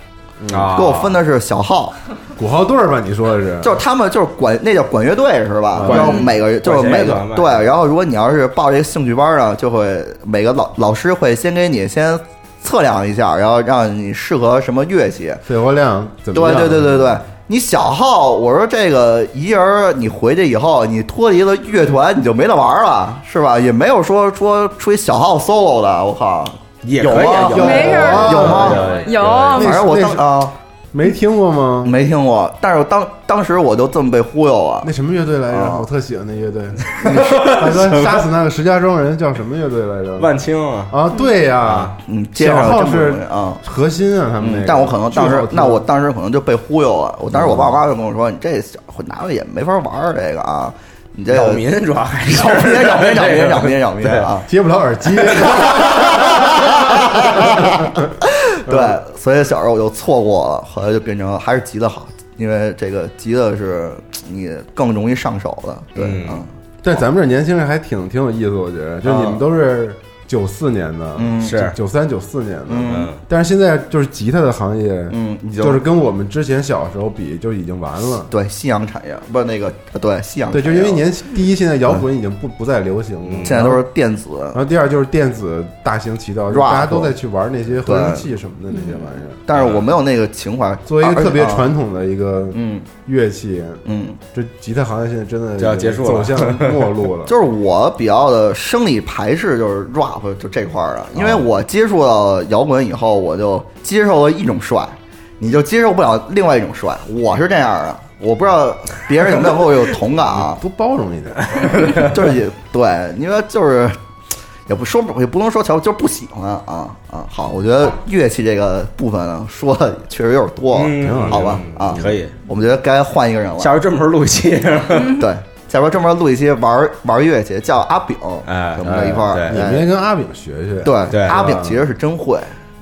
Speaker 2: 啊
Speaker 1: 给我分的是小号，
Speaker 7: 鼓号队儿吧？你说的是？
Speaker 1: 就是他们就是管那叫管乐队是吧？
Speaker 2: 管
Speaker 1: 然后每个就是
Speaker 2: 管弦
Speaker 1: 每个
Speaker 2: 乐团吧
Speaker 1: 对，然后如果你要是报这个兴趣班呢，就会每个老老师会先给你先测量一下，然后让你适合什么乐器。
Speaker 7: 肺活量怎么
Speaker 1: 对
Speaker 7: 样？啊
Speaker 1: 对对对对，你小号，我说这个一人儿你回去以后，你脱离了乐团，你就没得玩儿了，是吧？也没有说说出一小号 solo 的，我靠，
Speaker 2: 也
Speaker 1: 有
Speaker 2: 可以
Speaker 1: 啊
Speaker 2: 啊，有
Speaker 8: 没事儿
Speaker 2: 啊
Speaker 1: 有吗
Speaker 8: 有
Speaker 1: 反正我
Speaker 7: 那
Speaker 1: 当
Speaker 7: 是
Speaker 1: 啊
Speaker 7: 没听过吗？
Speaker 1: 没听过，但是我当当时我就这么被忽悠啊
Speaker 7: 那，什么乐队来着？
Speaker 1: 啊
Speaker 7: 我特喜欢那乐
Speaker 1: [laughs]
Speaker 7: 队。大哥，杀死那个石家庄人叫什么乐队来着？
Speaker 2: 万青啊，
Speaker 7: 啊，对呀，
Speaker 1: 嗯，接上
Speaker 7: 小号
Speaker 1: 真不容易
Speaker 7: 是
Speaker 1: 啊。
Speaker 7: 核心啊，他们
Speaker 1: 嗯
Speaker 7: 那个。，
Speaker 1: 但我可能当
Speaker 7: 巨
Speaker 1: 时
Speaker 7: 好，听
Speaker 1: 那我当时可能就被忽悠了。我当时我爸妈就跟我说：“你这小拿了也没法玩儿这个啊，你这
Speaker 2: 扰
Speaker 1: 个
Speaker 2: 民主啊 [laughs] 要还是
Speaker 1: 扰民扰民扰民扰民扰民啊！”
Speaker 7: 接不了耳机。
Speaker 1: 对，所以小时候我就错过了，后来就变成还是吉的好，因为这个吉的是你更容易上手的。对，
Speaker 2: 嗯
Speaker 1: 嗯
Speaker 7: 但咱们这年轻人还挺挺有意思，我觉得，就是你们都是九四年的，
Speaker 1: 嗯
Speaker 2: 是
Speaker 7: 九三九四年的，
Speaker 2: 嗯
Speaker 7: 但是现在就是吉他的行业，
Speaker 1: 嗯，你
Speaker 7: 就是跟我们之前小时候比就已经完了。
Speaker 1: 对夕阳产业，不是那个对夕阳
Speaker 7: 对，
Speaker 1: 产业，
Speaker 7: 就是因为年第一，现在摇滚已经不不再流行了，
Speaker 1: 嗯现在都是电子，
Speaker 7: 然后第二就是电子大行其道，
Speaker 1: Rock
Speaker 7: 就大家都在去玩那些合成器什么的那些玩意儿。
Speaker 1: 但是我没有那个情怀，
Speaker 7: 嗯作为一
Speaker 1: 而
Speaker 7: 个特别，
Speaker 1: 啊
Speaker 7: 传统的一个
Speaker 1: 嗯
Speaker 7: 乐器，
Speaker 1: 嗯，
Speaker 7: 这吉他行业现在真的
Speaker 2: 就要结束
Speaker 7: 走
Speaker 2: 了
Speaker 7: 向
Speaker 1: [laughs]
Speaker 7: 末路了。
Speaker 1: 就是我比较的生理排斥就是 rap 就这块儿啊，因
Speaker 7: 哦
Speaker 1: 为我接触到摇滚以后，我就接受了一种帅，你就接受不了另外一种帅，我是这样的。我不知道别人有没有跟我有同感啊，
Speaker 7: 多包容一点，
Speaker 1: [laughs] 就是也对，你说就是也不说不也不能说瞧，就是不喜欢啊啊。好，我觉得乐器这个部分呢，说的确实有点多了，
Speaker 2: 嗯挺好
Speaker 1: 好吧啊，
Speaker 2: 可以。
Speaker 1: 我们觉得该换一个人了，
Speaker 2: 下嗯回专门录一期，
Speaker 1: 对，下边专门录一期玩玩乐器，叫阿炳，
Speaker 2: 哎
Speaker 1: 我们在一块儿，
Speaker 2: 哎
Speaker 7: 你们
Speaker 1: 哎
Speaker 7: 应该跟阿炳学学。
Speaker 1: 对
Speaker 2: 对嗯
Speaker 1: 阿炳其实是真会，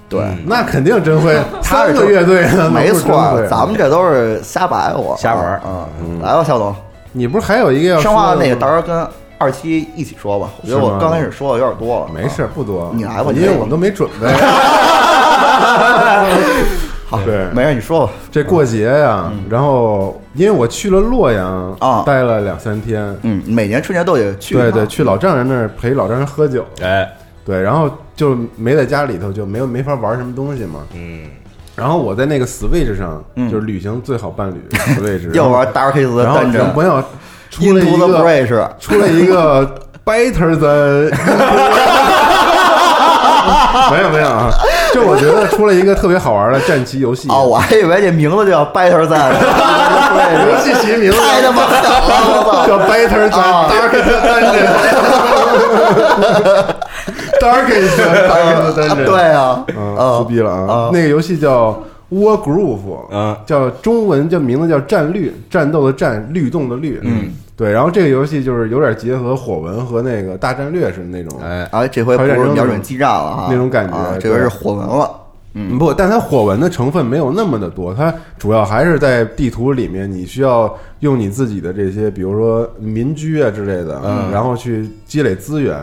Speaker 1: 对，
Speaker 7: 那肯定真会，
Speaker 1: 嗯 [laughs] 他
Speaker 7: 三
Speaker 1: 是
Speaker 7: 个乐队呢，
Speaker 1: 没
Speaker 7: 那不是真
Speaker 1: 错
Speaker 7: 会，
Speaker 1: 咱们这都是瞎白活，
Speaker 2: 瞎玩儿
Speaker 1: 啊，嗯来吧，肖总，
Speaker 7: 你不是还有一个要
Speaker 1: 生
Speaker 7: 说
Speaker 1: 化
Speaker 7: 的
Speaker 1: 那个
Speaker 7: 吗
Speaker 1: 到时候跟二期一起说吧，我觉得
Speaker 7: 是吗
Speaker 1: 我刚开始说的有点多了，
Speaker 7: 没事
Speaker 1: 啊
Speaker 7: 儿，不多，
Speaker 1: 你来吧
Speaker 7: 因
Speaker 1: 你
Speaker 7: 为
Speaker 1: 来吧
Speaker 7: 我们都没准
Speaker 1: [laughs]
Speaker 7: 备。好，对，
Speaker 1: 没事，你说吧，
Speaker 7: 这过节呀，然后因为我去了洛阳
Speaker 1: 嗯啊
Speaker 7: 待了两三天，
Speaker 1: 嗯，每年春节都得去一趟，
Speaker 7: 对对，去老丈人那儿陪老丈人喝酒，
Speaker 2: [laughs] 哎，
Speaker 7: 对，然后就没在家里头，就没有没法玩什么东西嘛。
Speaker 2: 嗯，
Speaker 7: 然后我在那个 Switch 上，
Speaker 1: 嗯
Speaker 7: 就是旅行最好伴侣
Speaker 1: [laughs]
Speaker 7: Switch，
Speaker 1: 要玩 Dark Ages 的
Speaker 7: 然后
Speaker 1: 单
Speaker 7: 然后
Speaker 1: 针
Speaker 7: 朋友出了
Speaker 1: ，Into
Speaker 7: 一
Speaker 1: the
Speaker 7: 个
Speaker 1: Breach，
Speaker 7: 出了一
Speaker 1: [laughs]
Speaker 7: 个 Better than，没有没有啊，就我觉得出了一个特别好玩的战棋游戏
Speaker 1: 哦，我还以为这名字叫 Better Than，
Speaker 7: 游戏其名字
Speaker 1: 太他妈狠了，我操！
Speaker 7: 叫 Better than
Speaker 1: 啊 [laughs]
Speaker 7: Dark Dungeon，Darkest Darkest
Speaker 1: 啊
Speaker 7: Dungeon，
Speaker 1: 对啊，
Speaker 7: 嗯，
Speaker 1: 啊
Speaker 7: 胡逼了啊
Speaker 1: 啊！
Speaker 7: 那个游戏叫 War Groove，
Speaker 2: 嗯
Speaker 7: 叫中文叫名字叫战律，战斗的战，律动的律，嗯，对。然后这个游戏就是有点结合火纹和那个大战略似的那种，
Speaker 2: 哎，
Speaker 1: 啊，这回不是瞄准基站了啊，
Speaker 7: 那种感觉
Speaker 1: 啊
Speaker 7: 对
Speaker 1: 这回是火纹了，
Speaker 7: 嗯，不，但它火纹的成分没有那么的多，它主要还是在地图里面，你需要用你自己的这些，比如说民居啊之类的，
Speaker 1: 嗯
Speaker 7: 然后去积累资源，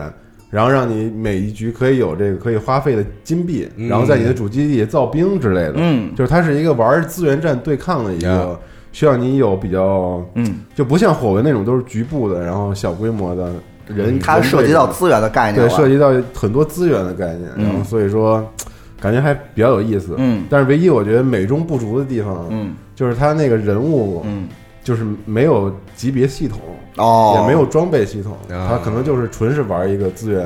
Speaker 7: 然后让你每一局可以有这个可以花费的金币，然后在你的主基地造兵之类的，
Speaker 1: 嗯
Speaker 7: 就是它是一个玩资源战对抗的一个。需要你有比较，
Speaker 1: 嗯，
Speaker 7: 就不像火纹那种都是局部的，然后小规模的人，
Speaker 1: 嗯它
Speaker 7: 人
Speaker 1: 涉及
Speaker 7: 类
Speaker 1: 到
Speaker 7: 的
Speaker 1: 资源的概念
Speaker 7: 对，
Speaker 1: 了，
Speaker 7: 涉及到很多资源的概念，然后所以说感觉还比较有意思。
Speaker 1: 嗯
Speaker 7: 但是唯一我觉得美中不足的地方，
Speaker 1: 嗯，
Speaker 7: 就是他那个人物，
Speaker 1: 嗯，
Speaker 7: 就是没有级别系统，
Speaker 1: 哦，
Speaker 7: 也没有装备系统，
Speaker 2: 啊
Speaker 7: 他可能就是纯是玩一个资源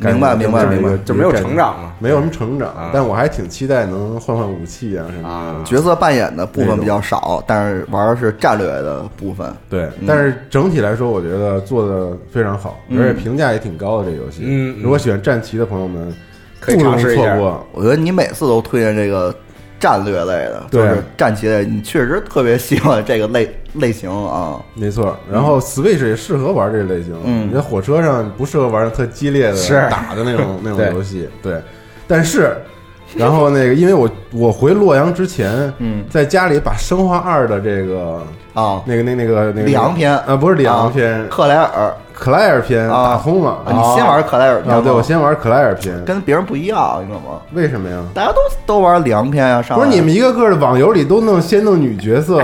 Speaker 7: 概念。
Speaker 1: 明白明白
Speaker 7: 这么一个
Speaker 1: 明白
Speaker 7: 这
Speaker 2: 就
Speaker 7: 么一个
Speaker 2: 没有
Speaker 7: 概念
Speaker 2: 成长嘛，
Speaker 7: 没有什么成长
Speaker 2: 啊，
Speaker 7: 但我还挺期待能换换武器啊什么的。
Speaker 2: 啊，
Speaker 1: 角色扮演的部分比较少，但是玩的是战略的部分，
Speaker 7: 对，但是整体来说，我觉得做的非常好，
Speaker 1: 嗯
Speaker 7: 而且评价也挺高的。这游戏，
Speaker 2: 嗯嗯
Speaker 7: 如果喜欢战棋的朋友们，
Speaker 2: 可以
Speaker 7: 不容
Speaker 2: 尝试一
Speaker 7: 错
Speaker 2: 下
Speaker 7: 过。
Speaker 1: 我觉得你每次都推荐这个。战略类的，
Speaker 7: 对
Speaker 1: 就是战棋类，你确实特别喜欢这个类类型啊。
Speaker 7: 没错，然后 Switch 也适合玩这类型。
Speaker 1: 嗯
Speaker 7: 你在火车上不适合玩特激烈的
Speaker 2: 是
Speaker 7: 打的那
Speaker 1: [laughs]
Speaker 7: 种那
Speaker 2: 对
Speaker 7: 种游戏。对，但是，然后那个，因为我我回洛阳之前，
Speaker 1: 嗯
Speaker 7: 在家里把《生化二》的这个
Speaker 1: 啊，
Speaker 7: 那个那那个那个
Speaker 1: 里昂篇
Speaker 7: 啊，不是里昂篇，
Speaker 1: 克莱尔，
Speaker 7: 克莱尔篇
Speaker 1: 啊
Speaker 7: 打通了。
Speaker 1: 啊你先玩克莱尔篇
Speaker 7: 啊？
Speaker 1: 吗
Speaker 7: 对，我先玩克莱尔篇。
Speaker 1: 跟啊别人不一样，你知道吗？
Speaker 7: 为什么呀？
Speaker 1: 大家都都玩里昂篇啊，上
Speaker 7: 不是
Speaker 1: 来
Speaker 7: 你们一个个的网游里都弄先弄女角
Speaker 1: [laughs]
Speaker 7: 色，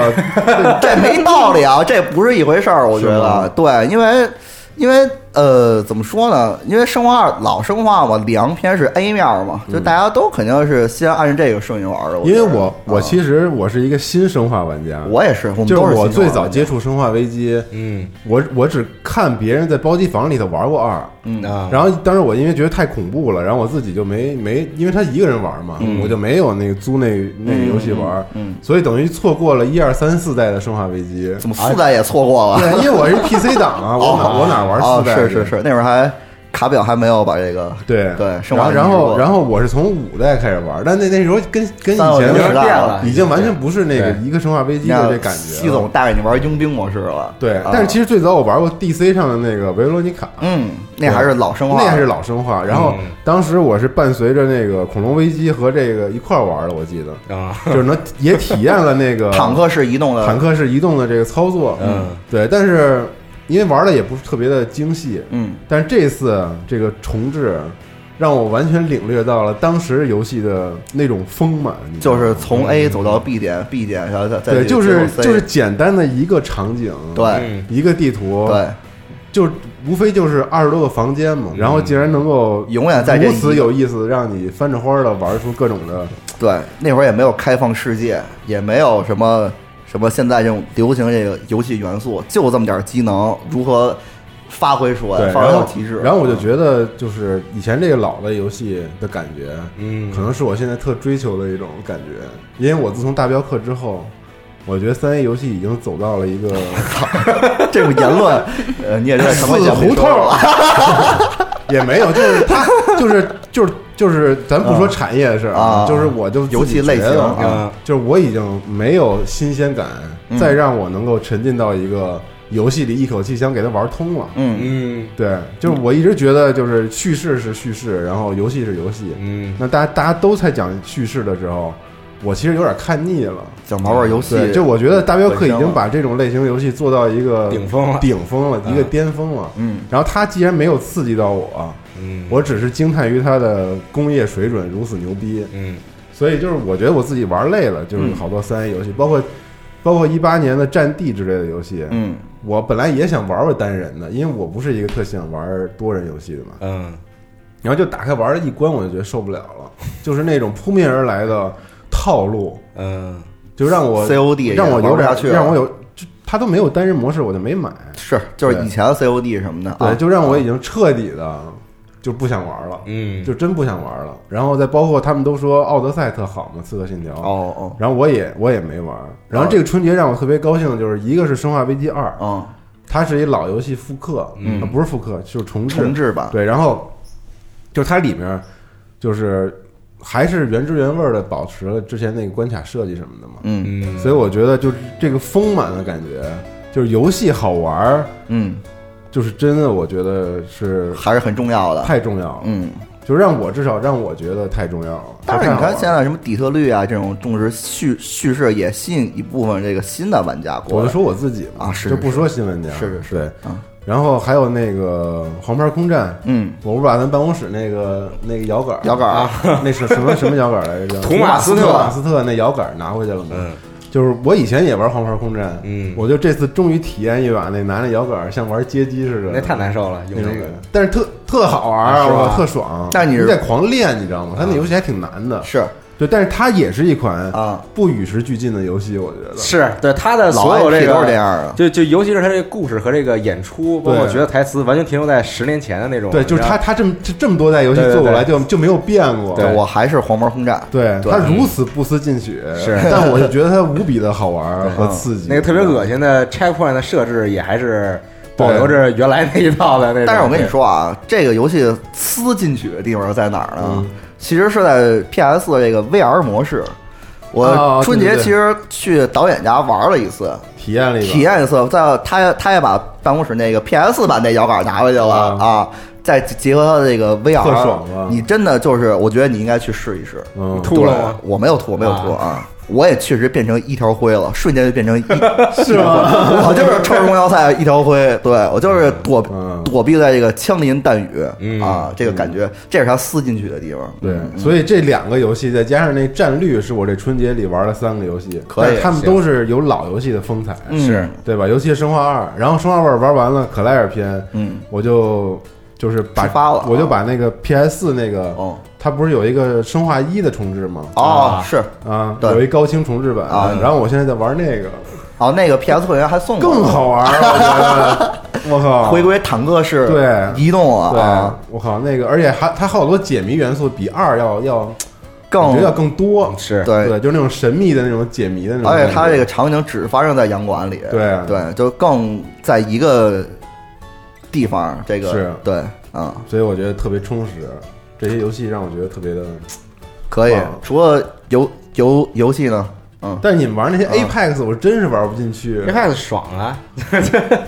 Speaker 1: 这没道理啊，这不是一回事儿，我觉
Speaker 7: 是吗
Speaker 1: 得。对，因为因为呃，怎么说呢？因为生化二老生化嘛，里昂篇是 A 面儿嘛，就大家都肯定是先按照这个顺序玩的。
Speaker 7: 嗯因为
Speaker 1: 觉得
Speaker 7: 我我
Speaker 1: 啊
Speaker 7: 其实我是一个新生化玩家，
Speaker 1: 我也是，我们
Speaker 7: 就
Speaker 1: 都
Speaker 7: 是
Speaker 1: 新
Speaker 7: 我
Speaker 1: 手
Speaker 7: 最
Speaker 1: 玩
Speaker 7: 早
Speaker 1: 的
Speaker 7: 接触《生化危机》，
Speaker 2: 嗯
Speaker 7: 我我只看别人在包机房里头玩过二，
Speaker 1: 嗯
Speaker 2: 啊，
Speaker 7: 然后当时我因为觉得太恐怖了，然后我自己就没没，因为他一个人玩嘛，我就没有那个租那那个游戏玩，
Speaker 1: 嗯嗯嗯
Speaker 7: 所以等于错过了一二三四代的《生化危机》。
Speaker 1: 怎么四代也错过了？
Speaker 7: 对，因为我是 PC 党啊，我 [laughs] 哪我哪玩
Speaker 1: 哦
Speaker 7: 四代？
Speaker 1: 是是。是，那会儿还卡表还没有把这个
Speaker 7: 对
Speaker 1: 对，生
Speaker 7: 然后
Speaker 1: 化
Speaker 7: 然后然
Speaker 1: 后
Speaker 7: 后我是从五代开始玩，但那那时候跟跟以
Speaker 1: 三六
Speaker 7: 前
Speaker 1: 零时代
Speaker 2: 变
Speaker 1: 了
Speaker 2: 了
Speaker 7: 已经完全不是那个
Speaker 2: 对
Speaker 7: 一个生化危机的这感觉了。
Speaker 1: 西总带着你玩佣兵模式了，
Speaker 7: 对
Speaker 1: 啊，
Speaker 7: 但是其实最早我玩过 DC 上的那个维罗妮卡，
Speaker 1: 嗯，那还是老生化，
Speaker 7: 那还是老生化。然后
Speaker 2: 嗯
Speaker 7: 当时我是伴随着那个恐龙危机和这个一块儿玩的，我
Speaker 1: [laughs]
Speaker 7: 记得
Speaker 2: 啊，
Speaker 7: 就是能也体验了那个
Speaker 1: 坦克式移动的
Speaker 7: 坦，克式移动的这个操作。
Speaker 2: 嗯，
Speaker 7: 对，但是因为玩的也不是特别的精细，
Speaker 1: 嗯
Speaker 7: 但是这次这个重置。让我完全领略到了当时游戏的那种丰满，你知道
Speaker 1: 就
Speaker 7: 吗
Speaker 1: 是从 A 走到 B 点，B 点，然后再再
Speaker 7: 对，
Speaker 1: 去
Speaker 7: 就是
Speaker 1: 接受 C
Speaker 7: 就是简单的一个场景，
Speaker 1: 对
Speaker 2: 嗯
Speaker 7: 一个地图，
Speaker 1: 对，
Speaker 7: 就无非就是二十多个房间嘛，然后竟然能够
Speaker 1: 永远在这
Speaker 7: 如此有意思，让你翻着花儿的玩出各种的，
Speaker 1: 对，那会儿也没有开放世界，也没有什么什么现在这种流行这个游戏元素，就这么点儿机能，如何发挥出
Speaker 7: 对，
Speaker 1: 来，发挥
Speaker 7: 然
Speaker 1: 到
Speaker 7: 后
Speaker 1: 极致。嗯
Speaker 7: 然后我就觉得，就是以前这个老的游戏的感觉，
Speaker 2: 嗯
Speaker 7: 可能是我现在特追求的一种感觉，因为我自从大镖客之后。我觉得三 A 游戏已经走到了一个
Speaker 1: 这种言 [laughs] 论，呃，你也是什么
Speaker 7: 死
Speaker 1: 也没
Speaker 7: 胡同
Speaker 1: 说了。
Speaker 7: 了， [laughs] 也没有，就是
Speaker 1: [laughs]
Speaker 7: 它就是就是就是，咱不说产业的事儿
Speaker 1: 啊
Speaker 7: 就是我就自己
Speaker 1: 游戏类
Speaker 7: 觉得
Speaker 1: 型
Speaker 7: 啊
Speaker 2: 啊
Speaker 7: 就是我已经没有新鲜感，
Speaker 1: 嗯
Speaker 7: 再让我能够沉浸到一个游戏里一口气想给它玩通了。
Speaker 1: 嗯，
Speaker 2: 嗯
Speaker 7: 对，就是我一直觉得，就是叙事是叙事，然后游戏是游戏。
Speaker 2: 嗯
Speaker 7: 那大家大家都在讲叙事的时候，我其实有点看腻了。
Speaker 1: 想玩玩游戏，
Speaker 7: 对，就我觉得大镖客
Speaker 1: 本
Speaker 7: 已
Speaker 1: 身
Speaker 7: 经
Speaker 1: 了
Speaker 7: 把这种类型游戏做到一个
Speaker 2: 顶峰了
Speaker 7: 顶峰了，一个
Speaker 2: 嗯
Speaker 7: 巅峰了。
Speaker 1: 嗯，
Speaker 7: 然后它既然没有刺激到我，
Speaker 2: 嗯，
Speaker 7: 我只是惊叹于它的工业水准如此牛逼。
Speaker 2: 嗯
Speaker 7: 所以就是我觉得我自己玩累了，就是好多三 A 游戏，包括包括一八年的《战地》之类的游戏，
Speaker 1: 嗯，
Speaker 7: 我本来也想玩玩单人的，因为我不是一个特喜欢玩多人游戏的嘛。
Speaker 2: 嗯
Speaker 7: 然后就打开玩了一关，我就觉得受不了了，就是那种扑面而来的套路，
Speaker 2: 嗯
Speaker 7: 就让我
Speaker 1: COD 也
Speaker 7: 让我
Speaker 1: 玩
Speaker 7: 有
Speaker 1: 不
Speaker 7: 点
Speaker 1: 下去了
Speaker 7: 让我有，就它都没有单人模式，我就没买。
Speaker 1: 是，就是
Speaker 7: 对
Speaker 1: 以前的 COD 什么的，啊
Speaker 7: 对，就让我已经彻底的就不想玩了，
Speaker 2: 嗯，
Speaker 7: 就真不想玩了。然后再包括他们都说《奥德赛》特好嘛，《刺客信条》
Speaker 1: 哦
Speaker 7: 然后我也我也没玩儿。然后这个春节让我特别高兴的就是，一个是《生化危机二》
Speaker 1: 哦，，嗯，
Speaker 7: 它是一老游戏复刻，
Speaker 2: 嗯
Speaker 7: 啊不是复刻就是重置，
Speaker 1: 重置版，
Speaker 7: 对。然后就是它里面就是还是原汁原味儿的保持了之前那个关卡设计什么的嘛，
Speaker 1: 嗯
Speaker 2: 嗯，
Speaker 7: 所以我觉得就是这个丰满的感觉，就是游戏好玩儿，
Speaker 1: 嗯，
Speaker 7: 就是真的，我觉得是
Speaker 1: 还是很重要的，
Speaker 7: 太重要了，
Speaker 1: 嗯。
Speaker 7: 就让我至少让我觉得太重要了。
Speaker 1: 但是你看现
Speaker 7: 在，
Speaker 1: 在什么底特律啊这种重视叙叙事，也吸引一部分这个新的玩家过
Speaker 7: 我
Speaker 1: 来。
Speaker 7: 就说我自己嘛，
Speaker 1: 啊是
Speaker 7: 就是不说新闻家，
Speaker 1: 是是是
Speaker 7: 对。
Speaker 1: 啊，
Speaker 7: 然后还有那个黄牌空战，
Speaker 1: 嗯，
Speaker 7: 我不是把咱办公室那个那个摇杆儿
Speaker 1: 摇杆儿
Speaker 7: 啊，那是什么什么摇杆儿来着？
Speaker 2: 图马斯特
Speaker 7: 图马斯特那摇杆儿拿回去了吗？
Speaker 2: 嗯
Speaker 7: 就是我以前也玩黄牌空战，
Speaker 2: 嗯
Speaker 7: 我就这次终于体验一把那拿那摇杆儿像玩街机似的，
Speaker 2: 那太难受了，有
Speaker 7: 那种感
Speaker 2: 那个
Speaker 7: 觉，但是特特好玩儿，
Speaker 2: 是吧
Speaker 7: 我特爽。
Speaker 1: 但
Speaker 7: 你
Speaker 1: 你是
Speaker 7: 得狂练，你知道吗？它那游戏还挺难的，
Speaker 1: 是
Speaker 7: 对，但是它也是一款
Speaker 1: 啊，
Speaker 7: 不与时俱进的游戏，我觉得
Speaker 2: 是对他的
Speaker 1: 老
Speaker 2: 所有
Speaker 1: IP
Speaker 2: 个
Speaker 1: 都是这样的
Speaker 2: 就就尤其是他这个故事和这个演出，包括
Speaker 7: 对
Speaker 2: 觉得台词完全停留在十年前的那种，
Speaker 7: 对，就是
Speaker 2: 你知
Speaker 7: 它
Speaker 2: 道
Speaker 7: 它这么这这么多代游戏做过来就就没有变过，
Speaker 2: 对
Speaker 1: 我还是黄毛轰炸。
Speaker 7: 对
Speaker 1: 对
Speaker 7: 他如此不思进取，
Speaker 2: 是
Speaker 7: 但我就觉得他无比的好玩儿和刺激，
Speaker 2: 那个特别恶心的 checkpoint 的设置也还是保留
Speaker 7: 对
Speaker 2: 着原来那一套的那种。
Speaker 1: 但是我跟你，说啊，这个游戏
Speaker 7: 嗯
Speaker 1: 思进取的地方在哪儿呢？其实是在 PS 这个 VR 模式。我
Speaker 7: 哦
Speaker 1: 春
Speaker 7: 对
Speaker 1: 节
Speaker 7: 对对
Speaker 1: 其实去导演家玩了一次，
Speaker 7: 体验了一个
Speaker 1: 体验一次，在他也他也把办公室那个 PS 版那摇杆拿回去了
Speaker 7: 啊
Speaker 1: 啊，再结合他这个 VR，
Speaker 7: 特爽啊
Speaker 1: 你真的就是，我觉得你应该去试一试。
Speaker 7: 嗯，
Speaker 2: 吐了吗
Speaker 1: 对我没有吐，我没有吐啊。我也确实变成一条灰了，瞬间就变成一，
Speaker 7: [laughs] 是吗？
Speaker 1: [laughs] 我就是臭龙要塞一条灰，对我就是躲
Speaker 7: 嗯
Speaker 1: 躲避在这个枪林弹
Speaker 2: 嗯
Speaker 1: 雨啊，这个感觉，这是他撕进去的地方。
Speaker 7: 对，所以这两个游戏再加上那战略，是我这春节里玩了三个游戏，
Speaker 1: 可以
Speaker 7: 但是他们都是有老游戏的风采，
Speaker 1: 嗯是
Speaker 7: 对吧？尤其是《生化二》，然后《生化二》玩完了可莱尔篇，
Speaker 1: 嗯，
Speaker 7: 我就就是把
Speaker 1: 出发了啊
Speaker 7: 我就把那个 PS 四那个，
Speaker 1: 哦
Speaker 7: 它不是有一个《生化一》的重置吗？
Speaker 1: 哦是
Speaker 7: 啊，
Speaker 1: 对
Speaker 7: 有一高清重置版
Speaker 1: 啊
Speaker 7: 然后我现在在玩那个，
Speaker 1: 哦，那个 PS 会员还送我啊
Speaker 7: 更好玩儿，
Speaker 1: [laughs]
Speaker 7: 我觉得，我靠，
Speaker 1: 回归坦克式
Speaker 7: 对
Speaker 1: 移动了
Speaker 7: 对
Speaker 1: 啊，，
Speaker 7: 我靠，那个，而且还它还有好多解谜元素，比二要要，我
Speaker 1: 更
Speaker 7: 觉得要更多，
Speaker 2: 是
Speaker 1: 对
Speaker 7: 对，就是那种神秘的那种解谜的那种感
Speaker 2: 哎
Speaker 1: 而
Speaker 7: 觉。
Speaker 1: 且它这个场景只发生在洋馆里，
Speaker 7: 对啊
Speaker 1: 对，就更在一个地方，这个
Speaker 7: 是
Speaker 1: 对，嗯，
Speaker 7: 所以我觉得特别充实。这些游戏让我觉得特别的，
Speaker 1: 可以
Speaker 7: 哇。
Speaker 2: 哦
Speaker 1: 除了游游游戏呢，嗯
Speaker 7: 但是你们玩那些 Apex，我真是玩不进去。
Speaker 2: 这看爽啊！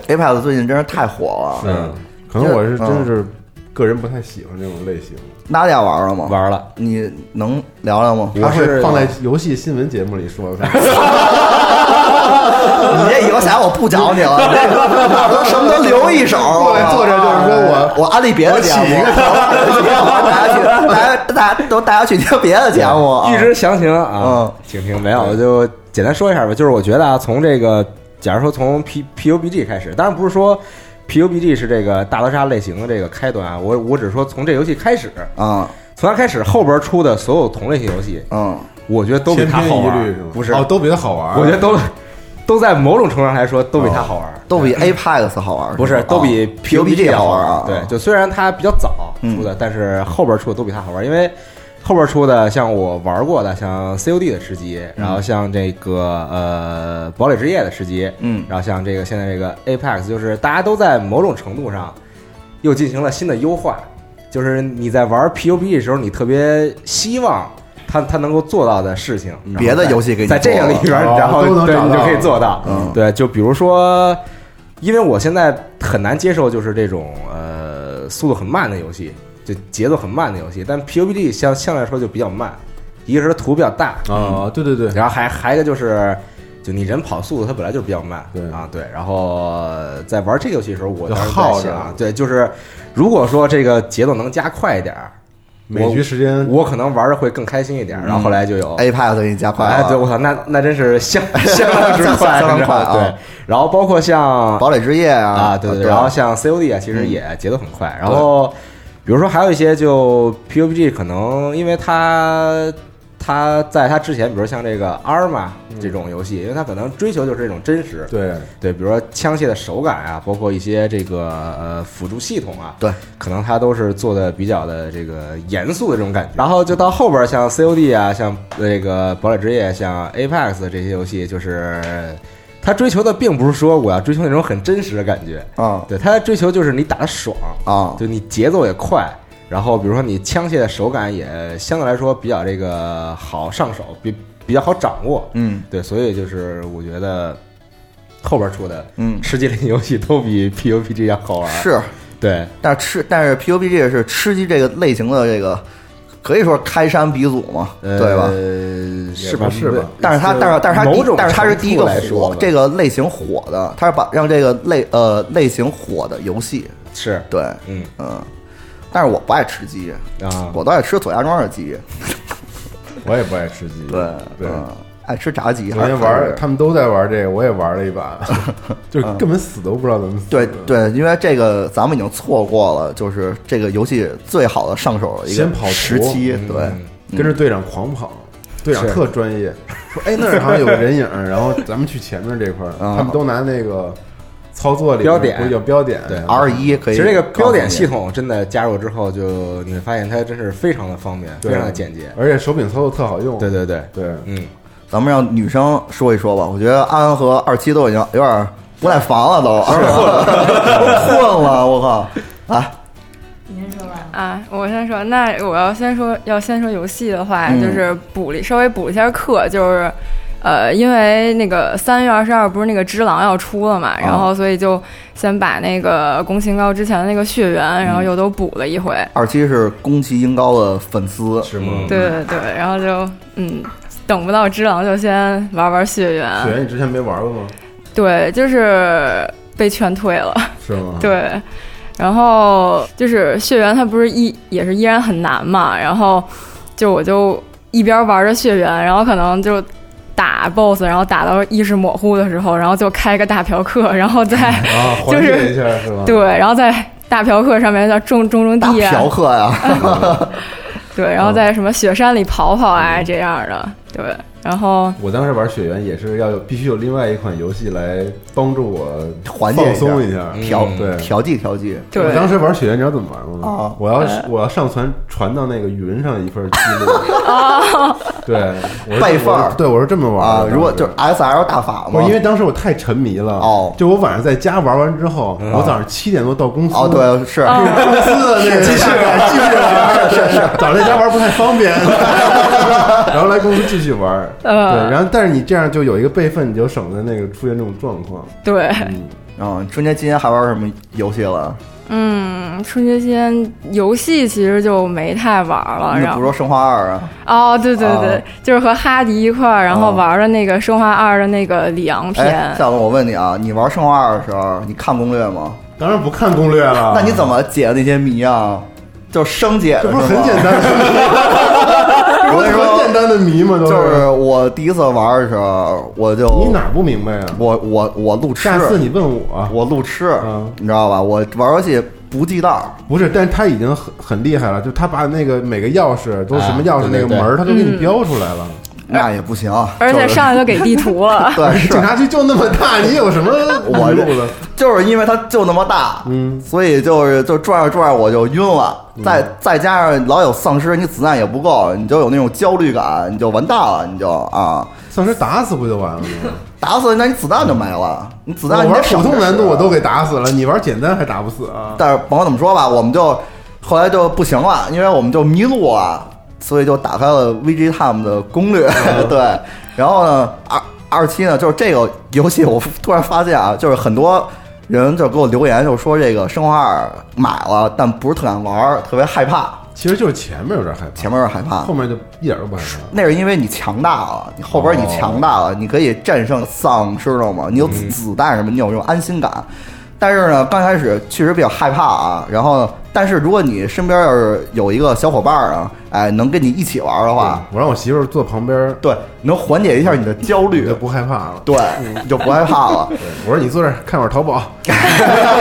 Speaker 1: ，Apex 最近真是太火了。
Speaker 7: 嗯，可能我是
Speaker 1: 就是
Speaker 7: 真
Speaker 2: 嗯
Speaker 7: 是个人不太喜欢这种类型。
Speaker 1: 娜姐玩了吗？
Speaker 2: 玩了，
Speaker 1: 你能聊聊吗？
Speaker 2: 我
Speaker 7: 它
Speaker 2: 是
Speaker 7: 会哎放在游戏新闻节目里说，
Speaker 1: [laughs] 你这以后想我不找你了，你这个哪儿都什么都留一手。啊
Speaker 7: 过来坐这就是说我
Speaker 1: 我安利别的节目， [laughs] 大家去，大家大家都大家去听别的节目啊。
Speaker 2: 预知详情啊
Speaker 1: 嗯，
Speaker 2: 请听没有，我就简单说一下吧。就是我觉得啊，从这个，假如说从 P P U B G 开始，当然不是说 P U B G 是这个大逃杀类型的这个开端啊，我我只是说从这游戏开始，
Speaker 1: 嗯
Speaker 2: 从它开始后边出的所有同类型游戏，
Speaker 1: 嗯，
Speaker 2: 我觉得 [laughs] 都比
Speaker 7: 千
Speaker 2: 它
Speaker 7: 篇
Speaker 2: 好
Speaker 7: 一
Speaker 2: 玩
Speaker 7: 律是吗？，
Speaker 2: 不是，
Speaker 7: 哦，都比它好玩。
Speaker 2: 我觉得都都在某种程度上来说都比它好玩。
Speaker 1: 都比 Apex 好玩，
Speaker 2: 不是，
Speaker 1: 吗
Speaker 2: 都
Speaker 1: 啊
Speaker 2: 比 PUBG
Speaker 1: 好
Speaker 2: 玩
Speaker 1: 玩啊。
Speaker 2: 对，就虽然它比较早出的，但是后边出的都比它好玩，因为后边出的像我玩过的，像 COD 的吃鸡，然后像这个呃堡垒之夜的吃鸡，
Speaker 1: 嗯
Speaker 2: 然后像这个现在这个 Apex，就是大家都在某种程度上又进行了新的优化，就是你在玩 PUBG 的时候，你特别希望。它它能够做到的事情，然
Speaker 1: 嗯
Speaker 2: 后
Speaker 1: 别的
Speaker 2: 在
Speaker 1: 游戏给你
Speaker 2: 在这
Speaker 1: 做
Speaker 2: 个
Speaker 1: 了
Speaker 2: 里边儿，
Speaker 7: 哦
Speaker 2: 然后
Speaker 7: 都能
Speaker 2: 对
Speaker 7: 找
Speaker 2: 你就
Speaker 7: 到
Speaker 2: 可以做到。
Speaker 1: 嗯
Speaker 2: 对，就比如说因为我现在很难接受就是这种呃速度很慢的游戏，就节奏很慢的游戏。但 PUBG 相相对来说就比较慢，一个是它图比较大，
Speaker 7: 啊，对对对，
Speaker 2: 然后还还一个就是。就你人跑速度，它本来就是比较慢，
Speaker 7: 对
Speaker 2: 啊，对。然后呃在玩这个游戏的时候，我
Speaker 7: 就
Speaker 2: 当时在
Speaker 7: 耗着
Speaker 2: 想啊，对，就是如果说这个节奏能加快一点儿，
Speaker 7: 每局时间
Speaker 2: 我可能玩的会更开心一
Speaker 7: 嗯
Speaker 2: 点儿。然后后来就有
Speaker 1: Apex 给你加快
Speaker 2: 哎，
Speaker 1: 了，
Speaker 2: 对我操，那那真是
Speaker 7: [laughs]
Speaker 2: 相相当之快，
Speaker 1: 相当快啊
Speaker 2: 对。然后包括像
Speaker 1: 堡垒之夜啊
Speaker 2: 啊，对对对，
Speaker 1: 吧
Speaker 2: 然后像 COD 啊，其实也节奏很快。然后比如说还有一些就 PUBG，可能因为它它在它之前，比如像这个 ARMA 这种游戏，因为它可能追求就是这种真实，
Speaker 7: 对
Speaker 2: 嗯对，比如说枪械的手感啊，包括一些这个呃辅助系统啊，
Speaker 1: 对，
Speaker 2: 可能它都是做的比较的这个严肃的这种感觉。然后就到后边儿像 COD 啊，像这个堡垒之夜，像 Apex 这些游戏，就是它追求的并不是说我要追求那种很真实的感觉，
Speaker 1: 啊
Speaker 2: 对，它的追求就是你打的爽，
Speaker 1: 啊
Speaker 2: 就你节奏也快。然后，比如说你枪械的手感也相对来说比较这个好上手，比比较好掌握。
Speaker 1: 嗯
Speaker 2: 对，所以就是我觉得后边出的
Speaker 1: 嗯
Speaker 2: 吃鸡类游戏都比 PUBG 要好玩。，
Speaker 1: 是，
Speaker 2: 对，
Speaker 1: 但是吃但是 PUBG 是吃鸡这个类型的这个可以说开山鼻祖嘛，
Speaker 2: 呃
Speaker 1: 对吧？？
Speaker 2: 是吧？
Speaker 7: 是吧
Speaker 1: 但是它但是但是它第
Speaker 2: 某种
Speaker 1: 但是它是第一个
Speaker 2: 程度来说
Speaker 1: 火
Speaker 2: 吧
Speaker 1: 这个类型火的，它是把让这个类呃类型火的游戏，
Speaker 2: 是，
Speaker 1: 对，
Speaker 2: 嗯
Speaker 1: 嗯，但是我不爱吃鸡，
Speaker 2: 啊，
Speaker 1: 我倒爱吃左家庄的鸡，
Speaker 7: 我也不爱吃鸡。
Speaker 1: 对
Speaker 7: 对，
Speaker 1: 嗯爱吃炸鸡，
Speaker 7: 昨
Speaker 1: 还是
Speaker 7: 天玩，他们都在玩这个，我也玩了一
Speaker 2: [laughs]
Speaker 7: 把，就
Speaker 2: 嗯
Speaker 7: 根本死都不知道怎么死。
Speaker 1: 对，对，因为这个咱们已经错过了，就是这个游戏最好的上手的一
Speaker 7: 先跑
Speaker 1: 个
Speaker 7: 图嗯
Speaker 1: 时期，
Speaker 2: 嗯
Speaker 1: 对，嗯
Speaker 7: 跟着队长狂跑，队长
Speaker 2: 是
Speaker 7: 特专业，说哎那儿好像有个人影，然后咱们去前面这块儿，
Speaker 1: 啊
Speaker 7: 他们都拿那个操作里
Speaker 2: 标点
Speaker 7: 不是有标点，
Speaker 2: 对
Speaker 1: R 一可以。
Speaker 2: 其实这个标点系，统真的加入之后，就你会发现它真是非常的方便，非
Speaker 7: 对
Speaker 2: 常的简洁。
Speaker 7: 而且手柄操作特好用。
Speaker 2: 对对对，
Speaker 7: 对，
Speaker 2: 嗯，
Speaker 1: 咱们让女生说一说吧。我觉得安和二七都已经有 [laughs] 点不耐烦了，都混了，我靠！啊，
Speaker 5: 你先说吧。
Speaker 8: 啊，我先说，那我要先说，要先说游戏的话，就是补了稍微补了一下课，就是，呃，因为那个三月二十二不是那个《只狼》要出了嘛，然后所以就先把那个宫崎高之前的那个血缘，然后又都补了一回，
Speaker 1: 二期是宫崎英高的粉丝，
Speaker 2: 是
Speaker 7: 嗯
Speaker 2: 吗？
Speaker 8: 对对对，然后就嗯，等不到《只狼》就先玩玩血缘，
Speaker 7: 雪原你之前没玩过吗？
Speaker 8: 对，就是被劝退了。
Speaker 7: 是
Speaker 1: 嗯
Speaker 7: 吗？，
Speaker 8: 对，然后就是血缘，它不是依也是依然很难嘛。然后就我就一边玩着血缘，然后可能就打 BOSS，然后打到意识模糊的时候，然后就开个大嫖客，然后再、 [laughs]
Speaker 7: 啊，缓解一下是吧？
Speaker 8: 对，然后在大嫖客上面再种种种
Speaker 1: 嗯大
Speaker 8: 地啊
Speaker 1: 嫖，嗯客呀，
Speaker 8: 对，然后在什么雪山里跑跑啊、
Speaker 1: 嗯
Speaker 8: 这样的，对，然后
Speaker 7: 我当时玩雪原也是要有必须有另外一款游戏来帮助我
Speaker 1: 缓解一
Speaker 7: 放
Speaker 1: 下
Speaker 7: 松一下。
Speaker 1: 调
Speaker 2: 嗯
Speaker 7: 对
Speaker 1: 调剂调剂，
Speaker 8: 对，
Speaker 7: 我当时玩雪原，你知道怎么玩吗？
Speaker 1: 啊
Speaker 7: 我要我要上传传到那个云上一份记录。
Speaker 1: [laughs]
Speaker 7: 对，我是
Speaker 1: 备份哦儿
Speaker 7: 我是对我是这么玩
Speaker 1: 啊
Speaker 7: 的。，
Speaker 1: 如果就是
Speaker 7: 当时
Speaker 1: S L 大法
Speaker 7: 不
Speaker 1: 嘛，
Speaker 7: 是因为当时我太沉迷了
Speaker 1: 哦
Speaker 7: 就我晚上在家玩完之后，我早上七点多到公司
Speaker 1: 哦，
Speaker 7: [laughs]
Speaker 1: 对，是
Speaker 7: 公司的 [laughs] 那个继续
Speaker 1: [laughs]
Speaker 7: 玩，继续玩，是是， [laughs] 早上在家玩不太方便，然后来公司继续玩，
Speaker 8: 呃
Speaker 7: 对，然后但是你这样就有一个备份，你就省得那个出现这种状
Speaker 1: [laughs]
Speaker 7: 况。
Speaker 8: 对，
Speaker 1: 嗯，春节今年还玩什么游戏了？
Speaker 8: 嗯，春节期间游戏其实就没太玩了，
Speaker 1: 你
Speaker 8: 然
Speaker 1: 不是。
Speaker 8: 后
Speaker 1: 说《生化二》啊？
Speaker 8: 哦，对对对，
Speaker 1: 啊
Speaker 8: 就是和哈迪一块儿，然后玩的那个《生化二》的那个里昂篇。
Speaker 1: 哎，夏总，我问你啊，你玩《生化二》的时候，你看攻略吗？
Speaker 7: 当然不看攻略了，
Speaker 1: 那你怎么解那些谜啊？就生解的
Speaker 7: 这不是
Speaker 1: 是吗
Speaker 7: 很简？单的？
Speaker 1: [laughs] 我跟你
Speaker 7: 很
Speaker 1: 说，
Speaker 7: 简单的谜吗？都
Speaker 1: 就是我第一次玩的时候，我就
Speaker 7: 你哪儿不明白啊？
Speaker 1: 我我我路痴，
Speaker 7: 下次你问我，
Speaker 1: 我路痴
Speaker 7: 嗯，哎
Speaker 1: 你知道吧？我玩游戏不记道儿，
Speaker 7: 不是，但是他已经很很厉害了，就他把那个每个钥匙都什么钥匙
Speaker 2: 啊
Speaker 7: 那
Speaker 2: 对对
Speaker 7: 个门儿，他都给你标出来了。
Speaker 1: 那也不行。
Speaker 8: 而且
Speaker 1: 就是，
Speaker 8: 上来就给地图了
Speaker 1: [laughs]
Speaker 7: [laughs]
Speaker 1: 对
Speaker 7: 警
Speaker 1: 是。
Speaker 7: 察局就那么大，你有什么
Speaker 1: 嗯 [laughs] 我
Speaker 7: 路了？
Speaker 1: 就是因为它就那么大，
Speaker 7: 嗯
Speaker 1: 所以就是就转着转着啊我就晕了，再再加上老有丧尸，你子弹也不够，你就有那种焦虑感，你就完蛋了，你就啊，
Speaker 7: 丧尸打死不就完
Speaker 1: [laughs]
Speaker 7: 了吗？
Speaker 1: 打死那你子弹就没了，你子弹
Speaker 7: 我
Speaker 1: 你
Speaker 7: 玩
Speaker 1: 得
Speaker 7: 普
Speaker 1: 省
Speaker 7: 通
Speaker 1: 着
Speaker 7: 难度
Speaker 1: 使
Speaker 7: 我都给打死了，你玩简单还打不死啊？
Speaker 1: 但是甭管怎么说吧，我们就后来就不行了，因为我们就迷路了，所以就打开了 VG Time 的攻略， [laughs] 对。然后呢，二二期呢，就是这个游戏，我突然发现啊，就是很多人就给我留言，就说这个《生化二》买了，但不是特敢玩儿，特别害怕，
Speaker 7: 其实就是前面有点害怕，
Speaker 1: 前面有点害怕
Speaker 7: 后。面就一点都不害怕。
Speaker 1: 那是因为你强大了，你后边你强大了，你可以战胜丧尸了嘛？你有子子弹什么，你有这种安心感。但是呢，刚开始确实比较害怕啊。然后，但是如果你身边要是有一个小伙伴啊，哎，能跟你一起玩的话，
Speaker 7: 我让我媳妇儿坐旁边，
Speaker 1: 对，能缓解一下你的焦
Speaker 7: 我
Speaker 1: 虑
Speaker 7: 就，不害怕了。
Speaker 1: 对，你就不害怕了。
Speaker 7: 我说你坐这儿看会儿淘宝，
Speaker 1: [laughs]
Speaker 7: [laughs]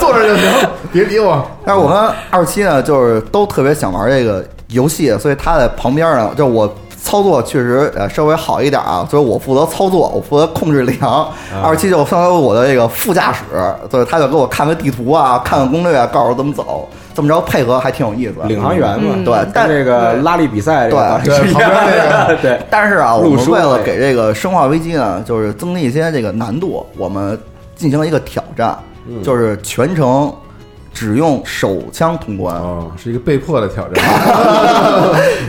Speaker 7: 坐这儿就行，别理我。
Speaker 1: 但是我跟二七呢，就是都特别想玩这个游戏，所以他在旁边呢，就我操作确实呃稍微好一点啊，所以我负责操作，我负责控制里昂，二七就相当于我的这个副驾驶，所以他就给我看个地图啊，看看攻略啊，告诉我怎么走，这么着配合还挺有意思。
Speaker 2: 领航员嘛，
Speaker 1: 嗯对
Speaker 2: 但
Speaker 1: 但
Speaker 2: 这个拉力比赛
Speaker 1: 对
Speaker 2: 这个
Speaker 7: 对旁边那
Speaker 2: 个 [laughs] 对，
Speaker 1: 但是啊，我
Speaker 2: 入
Speaker 1: 们
Speaker 2: 书
Speaker 1: 为了
Speaker 2: 类
Speaker 1: 给这个《生化危机》呢，就是增加一些这个难度，我们进行了一个挑战，就是全程只用手枪通关。
Speaker 7: 哦，是一个被迫的挑战。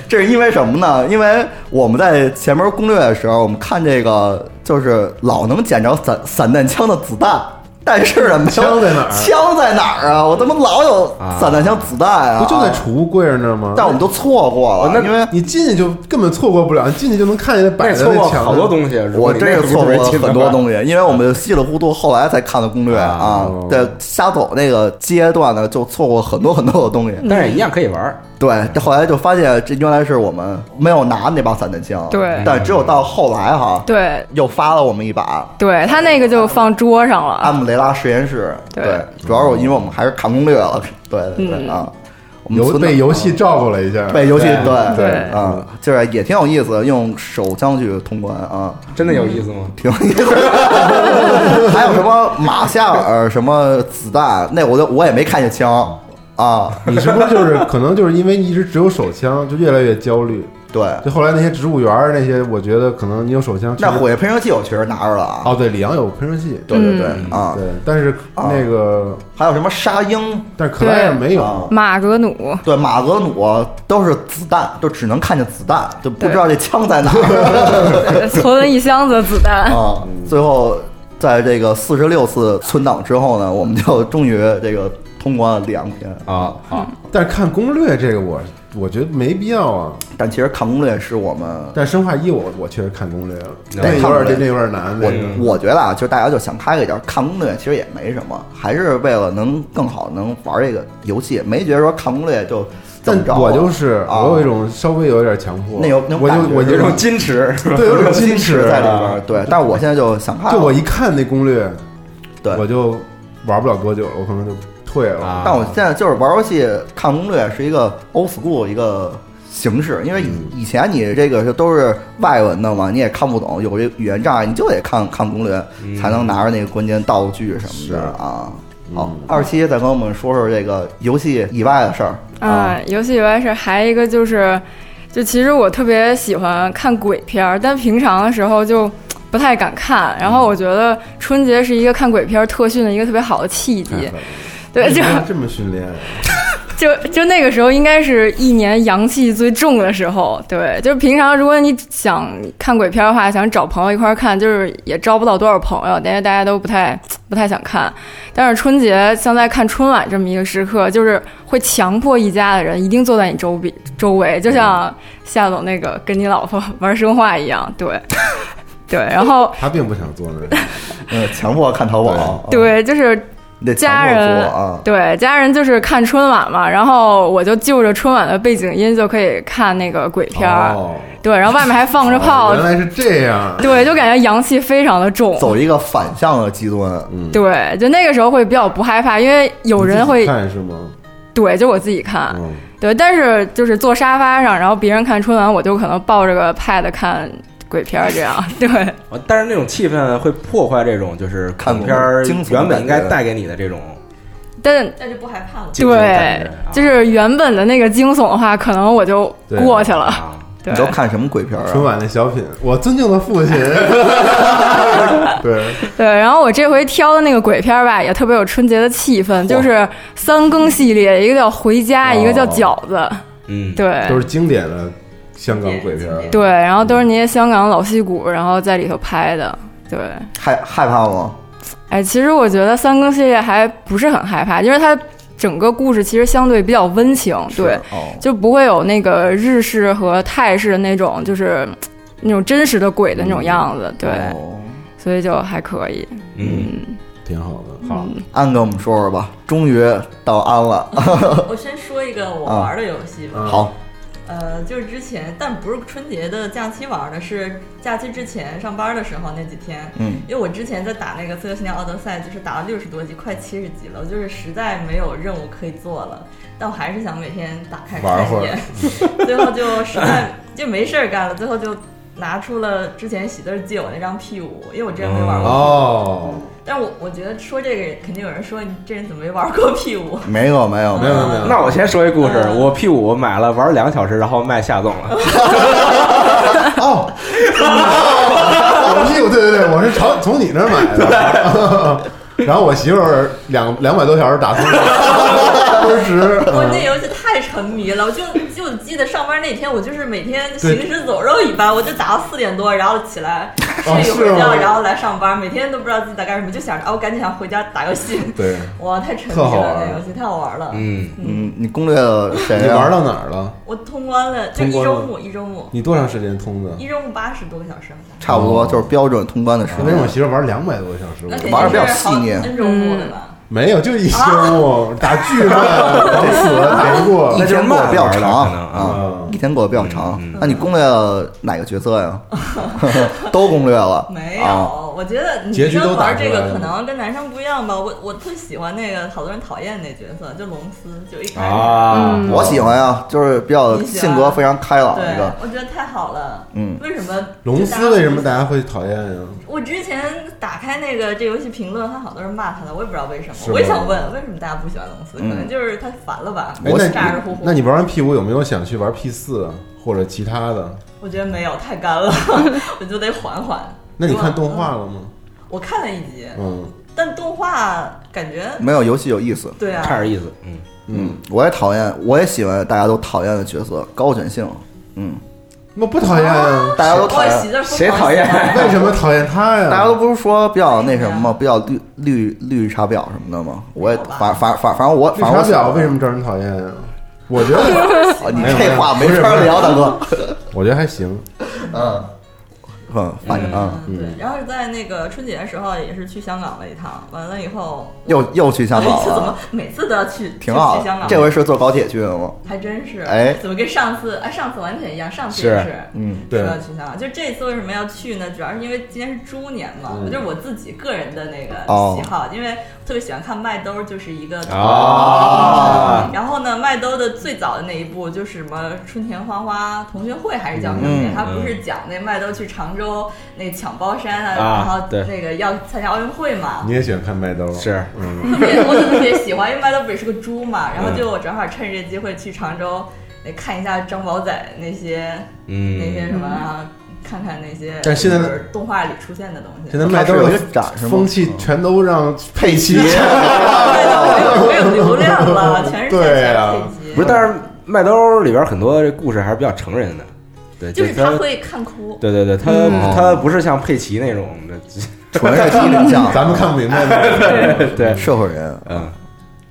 Speaker 1: 这是因为什么呢？因为我们在前面攻略的时候，我们看这个就是老能捡着散散弹枪的子弹，但是呢，没有
Speaker 7: 枪在哪儿
Speaker 1: 枪在哪儿啊？我他妈老有散弹枪子弹啊！
Speaker 7: 不就在哦储物柜那儿吗？哎
Speaker 1: 但我们都错过了，因为
Speaker 7: 你进去就根本错过不了，你进去就能看见摆
Speaker 2: 那
Speaker 7: 在
Speaker 2: 错
Speaker 7: 那
Speaker 2: 过
Speaker 7: 墙上
Speaker 2: 好多东西，如果
Speaker 1: 我
Speaker 2: 你
Speaker 1: 真
Speaker 2: 那
Speaker 1: 是
Speaker 2: 个
Speaker 1: 错过
Speaker 2: 入
Speaker 1: 了
Speaker 2: 围进的
Speaker 1: 很多
Speaker 2: 话
Speaker 1: 东西，因为我们稀里糊涂后来才看的攻略啊
Speaker 7: 哦，
Speaker 1: 在瞎走那个阶段呢，就错过很多很多的东西。
Speaker 2: 但是一样可以玩儿。
Speaker 1: 对，这后来就发现这原来是我们没有拿那把散弹枪，
Speaker 8: 对
Speaker 1: 但只有到后来哈，
Speaker 8: 对
Speaker 1: 又发了我们一把，
Speaker 8: 对，他那个就放桌上
Speaker 1: 阿
Speaker 8: 了。
Speaker 1: 姆雷拉实验室，
Speaker 8: 对嗯
Speaker 1: 主要是我因为我们还是看攻略了， [laughs] 对对对啊，我们
Speaker 7: 游
Speaker 1: 存档啊
Speaker 7: 被游戏照顾了一下，
Speaker 1: 被游戏对
Speaker 2: 对
Speaker 8: 对
Speaker 1: 啊，就是也挺有意思的，用手枪去通关啊，
Speaker 2: 真的有意思吗？
Speaker 1: 挺有意思
Speaker 8: [laughs]
Speaker 1: 的。还有什么马夏尔什么子弹，那我就我也没看见枪啊，
Speaker 7: 你是不是就是可能就是因为一直只有手枪，就越来越焦虑？
Speaker 1: 对，
Speaker 7: 就后来那些植物园儿那些，我觉得可能你有手枪，
Speaker 1: 那
Speaker 7: 其实
Speaker 1: 火焰喷射器我确实拿着了啊。
Speaker 7: 哦，对，里昂有喷射器，
Speaker 1: 对对对
Speaker 8: 嗯
Speaker 1: 啊，
Speaker 7: 对，但是
Speaker 1: 啊
Speaker 7: 那个，
Speaker 1: 还有什么沙鹰？
Speaker 7: 但是可莱也没
Speaker 1: 啊
Speaker 7: 有，
Speaker 8: 马格努，
Speaker 1: 对，马格努啊都是子弹，就只能看见子弹，就不
Speaker 8: 对
Speaker 1: 知道这枪在哪儿
Speaker 8: 存了一箱子子弹。
Speaker 1: 啊。最后，在这个四十六次存档之后呢，我们就终于这个通关了两篇。
Speaker 2: 啊，好，
Speaker 7: 但是看攻略这个我我觉得没必要啊。
Speaker 1: 但其实看攻略是我们，
Speaker 7: 但生化一我我确实看攻略了，
Speaker 2: 嗯
Speaker 7: 那有点
Speaker 1: 哎看攻略
Speaker 7: 这那有点难，那个
Speaker 2: 嗯
Speaker 1: 我觉得啊，就是大家就想开个点儿，看攻略其实也没什么，还是为了能更好能玩这个游戏，没觉得说看攻略就怎么着
Speaker 7: 但
Speaker 1: 啊。
Speaker 7: 我就是
Speaker 1: 啊
Speaker 7: 我有一种稍微有点强迫，
Speaker 1: 那有那种
Speaker 7: 我就
Speaker 1: 感觉
Speaker 7: 我
Speaker 1: 是
Speaker 7: 就
Speaker 2: 有一
Speaker 1: 吧
Speaker 2: 种矜持，
Speaker 7: 对 [laughs] 有种
Speaker 1: 矜
Speaker 7: 矜
Speaker 1: 持
Speaker 7: 持
Speaker 1: 在里边
Speaker 7: 啊
Speaker 1: 儿，对。但是我现在就想看了，
Speaker 7: 就我一看那攻略，
Speaker 1: [laughs] 对
Speaker 7: 我就玩不了多久了，我可能就退了。
Speaker 2: 啊
Speaker 1: 但我现在就是玩游戏看攻略是一个 old school 一个形式，因为以以前你这个就都是外文的嘛，你也看不懂，有这语言障碍，你就得看看攻略才能拿着那个关键道具什么的啊。好，二七再跟我们说说这个游戏以外的事儿。
Speaker 8: 啊，游戏以外是还一个就是，就其实我特别喜欢看鬼片儿，但平常的时候就不太敢看。然后我觉得春节是一个看鬼片儿特训的一个特别好的契机，
Speaker 1: 嗯
Speaker 8: 对，就
Speaker 7: 这么训练，啊
Speaker 8: 就就那个时候应该是一年阳气最重的时候，对，就是平常如果你想看鬼片的话，想找朋友一块儿看，就是也招不到多少朋友，因为大家都不太不太想看。但是春节像在看春晚这么一个时刻，就是会强迫一家的人一定坐在你周边周围，就像夏总那个跟你老婆玩生化一样，对，对，然后
Speaker 7: 他并不想做那个。
Speaker 1: 嗯，强迫看淘宝，啊，
Speaker 8: 对，就是
Speaker 1: 你得强
Speaker 8: 家
Speaker 1: 迫
Speaker 8: 人
Speaker 1: 做啊。
Speaker 8: 对，家人就是看春晚嘛，然后我就就着春晚的背景音就可以看那个鬼 [laughs] 片儿，
Speaker 7: 哦，
Speaker 8: 对，然后外面还放着炮，
Speaker 7: [laughs] 原来是这样。
Speaker 8: 对，就感觉阳气非常的重，
Speaker 7: 嗯
Speaker 1: 走一个反向的极端，
Speaker 8: 对，就那个时候会比较不害怕，因为有人
Speaker 7: 你自己
Speaker 8: 会啊
Speaker 7: 看是吗？
Speaker 8: 对，就我自己看，
Speaker 7: 嗯，
Speaker 8: 对，但是就是坐沙发上，然后别人看春晚，我就可能抱着个 pad 看鬼片儿这
Speaker 7: [laughs]
Speaker 8: 样，对，
Speaker 2: 但是那种气氛会破坏这种就是
Speaker 1: 看
Speaker 2: 恐怖片儿
Speaker 1: 惊悚的
Speaker 2: 原本应该
Speaker 1: 感觉
Speaker 2: 带给你的
Speaker 5: [laughs]
Speaker 2: 这种
Speaker 8: 但
Speaker 5: 那就不害怕了。
Speaker 2: 惊悚感
Speaker 8: 对
Speaker 7: 啊
Speaker 2: 觉，
Speaker 8: 就是原本的那个惊悚的话，可能我就
Speaker 7: 对
Speaker 8: 过去
Speaker 2: 啊
Speaker 8: 了，
Speaker 2: 啊，
Speaker 8: 对
Speaker 1: 你，都看什么鬼片儿
Speaker 7: 春
Speaker 1: 啊？
Speaker 7: 晚那小品，我尊敬的父
Speaker 8: [laughs]
Speaker 7: 亲。对，
Speaker 8: 对，然后我这回挑的那个鬼片儿吧，也特别有春节的气氛，就是三更系列，一个叫《回家》，一个叫《饺子》，
Speaker 2: 嗯，
Speaker 8: 对
Speaker 7: 都是经典的香港鬼片儿。
Speaker 8: 对，然后都是那些香港老戏骨，然后在里头拍的。对，
Speaker 1: 害害怕吗？
Speaker 8: 哎，其实我觉得三更系列还不是很害怕，因为它整个故事其实相对比较温情，对，
Speaker 1: 哦，
Speaker 8: 就不会有那个日式和泰式那种就是那种真实的鬼的那种样子，对，
Speaker 1: 哦
Speaker 8: 所以就还可以。
Speaker 2: 嗯，
Speaker 7: 挺好的。
Speaker 2: 好，
Speaker 1: 安跟我们说说吧，终于到安了。
Speaker 5: 我先说一个我
Speaker 1: 啊
Speaker 5: 玩的游戏吧，
Speaker 1: 好，
Speaker 5: 呃，就是之前，但不是春节的假期玩的，是假期之前上班的时候那几天。
Speaker 1: 嗯，
Speaker 5: 因为我之前在打那个《刺客信条：奥德赛》，就是打了六十多级，快七十级了，我就是实在没有任务可以做了，但我还是想每天打开
Speaker 7: 玩
Speaker 5: 看
Speaker 7: 会
Speaker 5: 一
Speaker 7: 儿
Speaker 5: 眼， [laughs] 最后就实在 [laughs] 就没事儿干了，最后就拿出了之前喜字儿借我那张 P 五，因为我之前没玩过，
Speaker 7: 哦，
Speaker 5: 但我我觉得说这个肯定有人说你这人怎么没玩过 P 五？
Speaker 1: 没有没有
Speaker 7: 没有没有没有，
Speaker 2: 那我先说一故事，
Speaker 5: 嗯
Speaker 2: 我 P 五买了玩两个小时，然后卖夏总了，
Speaker 7: 哦，我屁股，对对对，我是从从你那儿买的。然后我媳妇儿两两百多小时打通了，分时。
Speaker 5: 我
Speaker 7: [laughs]
Speaker 5: 那
Speaker 7: 嗯
Speaker 5: 游戏太沉迷了，我就就记得上班那天，我就是每天行尸走肉一般，我就打到四点多，然后起来睡一会
Speaker 7: 哦是
Speaker 5: 儿觉，
Speaker 7: 吗
Speaker 5: 然后来上班，每天都不知道自己在干什么，就想着啊，我赶紧想回家打游戏。
Speaker 7: 对，
Speaker 5: 哇，太沉迷
Speaker 7: 特好
Speaker 5: 了，
Speaker 7: 玩
Speaker 5: 那游戏太好玩了。
Speaker 2: 嗯，
Speaker 1: 嗯，你攻略了谁、啊？
Speaker 7: [laughs] 你玩到哪儿了？
Speaker 5: 我通关了，就
Speaker 7: 通
Speaker 5: 一
Speaker 7: 关
Speaker 5: 周
Speaker 7: 了
Speaker 5: 目，一周目，
Speaker 7: 你多长时间通的？
Speaker 5: 一周目八十多个小时，好像
Speaker 1: 差不
Speaker 2: 哦
Speaker 1: 多就是标准通关的时
Speaker 7: 因为我
Speaker 1: 间。
Speaker 7: 媳妇儿玩两百多个小时，
Speaker 5: 那
Speaker 7: 我
Speaker 5: 肯
Speaker 1: 玩得比
Speaker 5: 定
Speaker 1: 较
Speaker 5: 是好
Speaker 1: 细腻
Speaker 5: N 周目了吧？
Speaker 7: 没有就一星目打巨慢，等死难过 [laughs]
Speaker 1: 一。天过得比较
Speaker 2: 那就是慢慢玩
Speaker 1: 长
Speaker 2: 可能
Speaker 1: 啊
Speaker 7: 嗯，
Speaker 1: 一天过得比较长
Speaker 2: 嗯。
Speaker 1: 那你攻略了哪个角色呀？ [laughs] 都攻略了，
Speaker 5: 没有，
Speaker 1: 啊
Speaker 5: 我觉得女
Speaker 7: 结局都
Speaker 5: 生
Speaker 7: 打
Speaker 5: 玩
Speaker 7: 出
Speaker 5: 这
Speaker 7: 来
Speaker 5: 个
Speaker 7: 了
Speaker 5: 可能跟男生不一样吧。我我特喜欢那个，好多人讨厌那角色，就龙丝，就一开始，
Speaker 2: 啊，
Speaker 8: 嗯
Speaker 1: 我喜欢呀，就是比较
Speaker 5: 你喜欢
Speaker 1: 性格非常开朗
Speaker 5: 嗯对
Speaker 1: 一个，，
Speaker 5: 我觉得太好了。
Speaker 1: 嗯，
Speaker 5: 为什么
Speaker 7: 龙
Speaker 5: 就
Speaker 7: 丝
Speaker 5: 大家
Speaker 7: 为什么大家会讨厌呀？ [laughs]
Speaker 5: 我之前打开那个这游戏评论，还好多人骂他的，我也不知道为什么。
Speaker 7: 是吗
Speaker 5: 我也想问，为什么大家不喜欢龙四？可
Speaker 1: 嗯
Speaker 5: 能就是太烦了吧，
Speaker 7: 哎，
Speaker 5: 咋
Speaker 7: 那
Speaker 5: 咋
Speaker 7: 你
Speaker 5: 呼呼。
Speaker 7: 那你玩完 P 五有没有想去玩 P 四啊，或者其他的？
Speaker 5: 我觉得没有太干了，我就得缓缓。
Speaker 7: 那你看动画了吗？
Speaker 5: 我看了一集，
Speaker 7: 嗯，
Speaker 5: 但动画感觉
Speaker 1: 没有游戏有意思。
Speaker 5: 对啊，
Speaker 2: 看着意思，嗯，
Speaker 1: 嗯，我也讨厌，我也喜欢大家都讨厌的角色高卷性。嗯，
Speaker 7: 那不讨厌 [laughs] 啊？
Speaker 1: 大家都讨
Speaker 5: 我
Speaker 1: 厌
Speaker 5: 媳，妇儿
Speaker 2: 谁讨厌
Speaker 7: 为什么讨厌他呀？
Speaker 1: 大家都不是说比较那什么吗？比较绿绿绿茶婊什么的吗？我也
Speaker 5: 没有吧
Speaker 1: 反反反反正我
Speaker 7: 绿
Speaker 1: 反正我
Speaker 7: 茶
Speaker 1: 喜欢
Speaker 7: 婊为什么招人讨厌啊？我觉得，
Speaker 1: 啊你
Speaker 7: 没有没
Speaker 1: 这
Speaker 7: 有
Speaker 1: 话没
Speaker 7: 不是
Speaker 1: 法
Speaker 7: 不是
Speaker 1: 聊，大哥。
Speaker 7: 我觉得还行。
Speaker 1: 嗯， [laughs] 嗯，反正嗯
Speaker 5: 嗯，对。然后是在那个春节的时候，也是去香港了一趟，完了以后，
Speaker 1: 又又去香港
Speaker 5: [laughs] 哎这怎么
Speaker 1: 了，
Speaker 5: 每次都要去，
Speaker 1: 挺
Speaker 5: 就
Speaker 1: 好
Speaker 5: 去香
Speaker 1: 的
Speaker 5: 港。
Speaker 1: 这回是坐高铁去的吗？
Speaker 5: 还真是，
Speaker 1: 哎
Speaker 5: 怎么跟上次哎，上次完全一样，上次也
Speaker 2: 是
Speaker 5: 是，
Speaker 1: 嗯，
Speaker 7: 对
Speaker 5: 说要去香港，就这次为什么要去呢？主要是因为今天是猪年嘛，就是我自己个人的那个
Speaker 1: 哦
Speaker 5: 喜好，因为特别喜欢看麦兜，就是一个
Speaker 2: 啊
Speaker 5: 然后呢，麦兜的最早的那一部就是什么春田花花同学会还是叫什么
Speaker 1: 嗯
Speaker 5: 他不是讲那麦兜去常州那抢包山啊，
Speaker 2: 啊
Speaker 5: 然后
Speaker 2: 对
Speaker 5: 那个要参加奥运会嘛，
Speaker 1: 嗯
Speaker 7: 你也喜欢看麦兜？
Speaker 2: 是，
Speaker 7: 嗯，
Speaker 5: 特别我特别喜欢，因为麦兜不也是个猪嘛，然后就我正好趁这机会去常州，那看一下张宝仔那些、那些
Speaker 2: 嗯，
Speaker 5: 什么，然后看看那些
Speaker 7: 但现在
Speaker 5: 就是动画里出现的东西。
Speaker 7: 现在麦兜
Speaker 1: 它是有
Speaker 7: 的
Speaker 1: 一个展是吗
Speaker 7: 风气
Speaker 2: 嗯
Speaker 7: 全都让啊
Speaker 1: 佩
Speaker 7: [laughs]
Speaker 1: 奇，
Speaker 5: 麦兜没有没有流量了，全是线
Speaker 7: 对啊
Speaker 5: 下配集。
Speaker 2: 不是，但是麦兜里边很多这故事还是比较成人的，对，
Speaker 5: 就是他
Speaker 2: 他，
Speaker 5: 会看哭，
Speaker 2: 对对对，他他不是像佩奇那种的，
Speaker 1: 纯是低龄
Speaker 2: 啊
Speaker 1: 向，
Speaker 7: 咱们看不明白
Speaker 2: [laughs]
Speaker 7: 的。
Speaker 2: 对，
Speaker 1: 社会人，
Speaker 2: 嗯，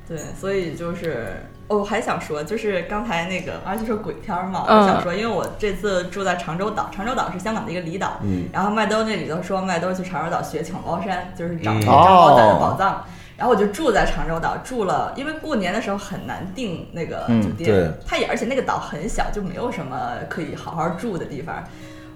Speaker 5: 对，所以就是。哦，我还想说，就是刚才那个而且说鬼片嘛，
Speaker 8: 嗯
Speaker 5: 我想说，因为我这次住在常州岛，常州岛是香港的一个离岛，
Speaker 7: 嗯，
Speaker 5: 然后麦兜那里头说麦兜去常州岛学抢包山，就是找
Speaker 2: 嗯
Speaker 5: 找包仔
Speaker 7: 哦
Speaker 5: 的宝藏。然后我就住在常州岛，住了，因为过年的时候很难订那个
Speaker 1: 嗯
Speaker 5: 酒
Speaker 7: 对
Speaker 5: 店，它也而且那个岛很小，就没有什么可以好好住的地方。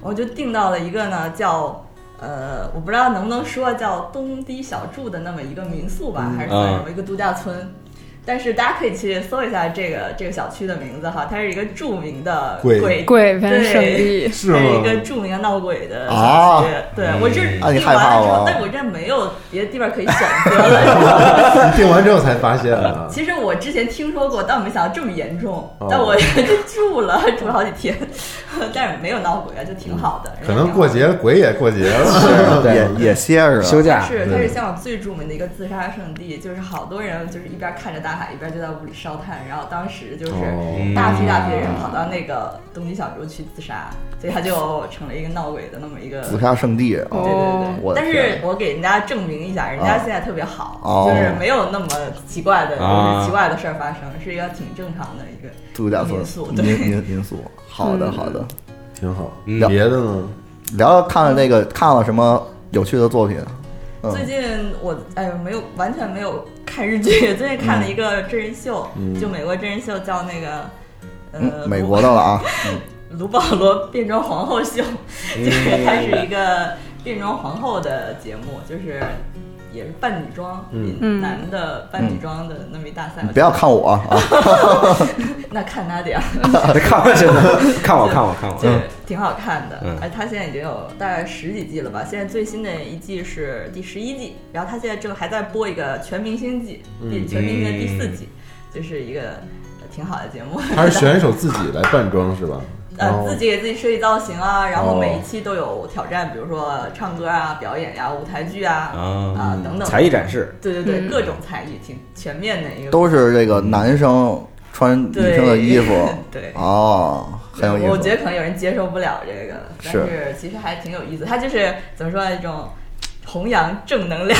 Speaker 5: 我就订到了一个呢，叫呃，我不知道能不能说叫东堤小住的那么一个民宿
Speaker 7: 嗯
Speaker 5: 吧，还是算什么一个度假村。但是大家可以去搜一下这个这个小区的名字哈，它是一个著名的
Speaker 7: 鬼
Speaker 8: 鬼片圣
Speaker 5: 对
Speaker 7: [laughs]
Speaker 8: 地，
Speaker 7: 是
Speaker 5: 它
Speaker 7: 吗嗯
Speaker 5: 是一
Speaker 7: [laughs]
Speaker 5: 个著名的闹鬼的小区。
Speaker 1: 啊
Speaker 5: 对，我这订
Speaker 1: 啊
Speaker 5: 完
Speaker 1: 你
Speaker 5: 了
Speaker 1: 害怕
Speaker 5: 之
Speaker 1: 吗，
Speaker 5: 后但我这没有别的地方可以选
Speaker 1: [laughs]
Speaker 5: 择了。
Speaker 7: 你定完之后才发现啊，
Speaker 5: 其实我之前听说过，但我没想到这么严重
Speaker 7: 哦。
Speaker 5: 但我住了住了好几天， [laughs] 但是没有闹鬼啊，就挺好的。
Speaker 7: 嗯可能过
Speaker 5: 节。
Speaker 7: 节了鬼也过节
Speaker 2: 嗯
Speaker 7: 了。
Speaker 1: [laughs] 也也歇着
Speaker 2: 休
Speaker 1: 呢，
Speaker 2: 假
Speaker 5: 是，它
Speaker 7: 对
Speaker 5: 是香港最著名的一个自杀圣地，就是好多人就是一边看着大海，一边就在屋里烧炭，然后当时就是
Speaker 7: 哦
Speaker 5: 大批大批的人跑到那个东极小洲去自杀，所以它就成了一个闹鬼的那么一个。
Speaker 7: 嗯
Speaker 1: 自杀圣地啊，
Speaker 5: 哦对对
Speaker 1: 我的
Speaker 5: 对，但
Speaker 1: 天
Speaker 5: 是我给人家证明一下，人
Speaker 1: 啊
Speaker 5: 家现在特别好，
Speaker 1: 哦
Speaker 5: 就是没有那么奇怪的，就
Speaker 2: 啊
Speaker 5: 是奇怪的事儿发生，是一个挺正常的一个。
Speaker 1: 度假村
Speaker 5: 民宿，对
Speaker 1: 民民民宿，好的好的，
Speaker 7: 挺好。
Speaker 2: 嗯
Speaker 7: 别的呢？
Speaker 1: 聊聊看了那个看了什么有趣的作品，嗯
Speaker 5: 最近我哎呦没有完全没有看日剧，最近看了一个真人秀，
Speaker 7: 嗯
Speaker 5: 就美国真人秀叫那个呃
Speaker 1: 嗯，美国的了啊，
Speaker 5: 卢保罗变装皇后秀，
Speaker 1: 嗯
Speaker 5: 就是它是一个变装皇后的节目，就是也是扮女装，
Speaker 8: 嗯
Speaker 5: 男的扮女装的那么一大赛。
Speaker 1: 你不要看我啊，
Speaker 5: 那看哪点？
Speaker 2: 看我现在，看我看我看
Speaker 5: [laughs]
Speaker 2: 我，
Speaker 1: 嗯
Speaker 5: 对，挺好看的
Speaker 2: 嗯。
Speaker 5: 而它现在已经有大概十几季了吧？现在最新的一季是第十一季，然后它现在正还在播一个全明星季，
Speaker 1: 嗯
Speaker 5: 第全明星的第四季，就是一个呃挺好的节
Speaker 1: 哦
Speaker 5: 目。
Speaker 7: 他是选手自己来扮装是吧？
Speaker 5: 呃，
Speaker 7: 哦
Speaker 5: 自己给自己设计造型啊，然后
Speaker 7: 哦
Speaker 5: 每一期都有挑战，比如说唱歌啊、表演呀、舞台剧啊啊
Speaker 2: 啊
Speaker 5: 等等
Speaker 2: 才艺展示，
Speaker 5: 对对对，
Speaker 8: 嗯
Speaker 5: 各种才艺，挺全面的一个。
Speaker 1: 都是这个男生穿女生的衣服，
Speaker 5: 对 [laughs]
Speaker 1: 哦，很有意思，
Speaker 5: 我觉得可能有人接受不了这个，但
Speaker 1: 是
Speaker 5: 是其实还挺有意思。它就是怎么说呢一种弘扬正能量。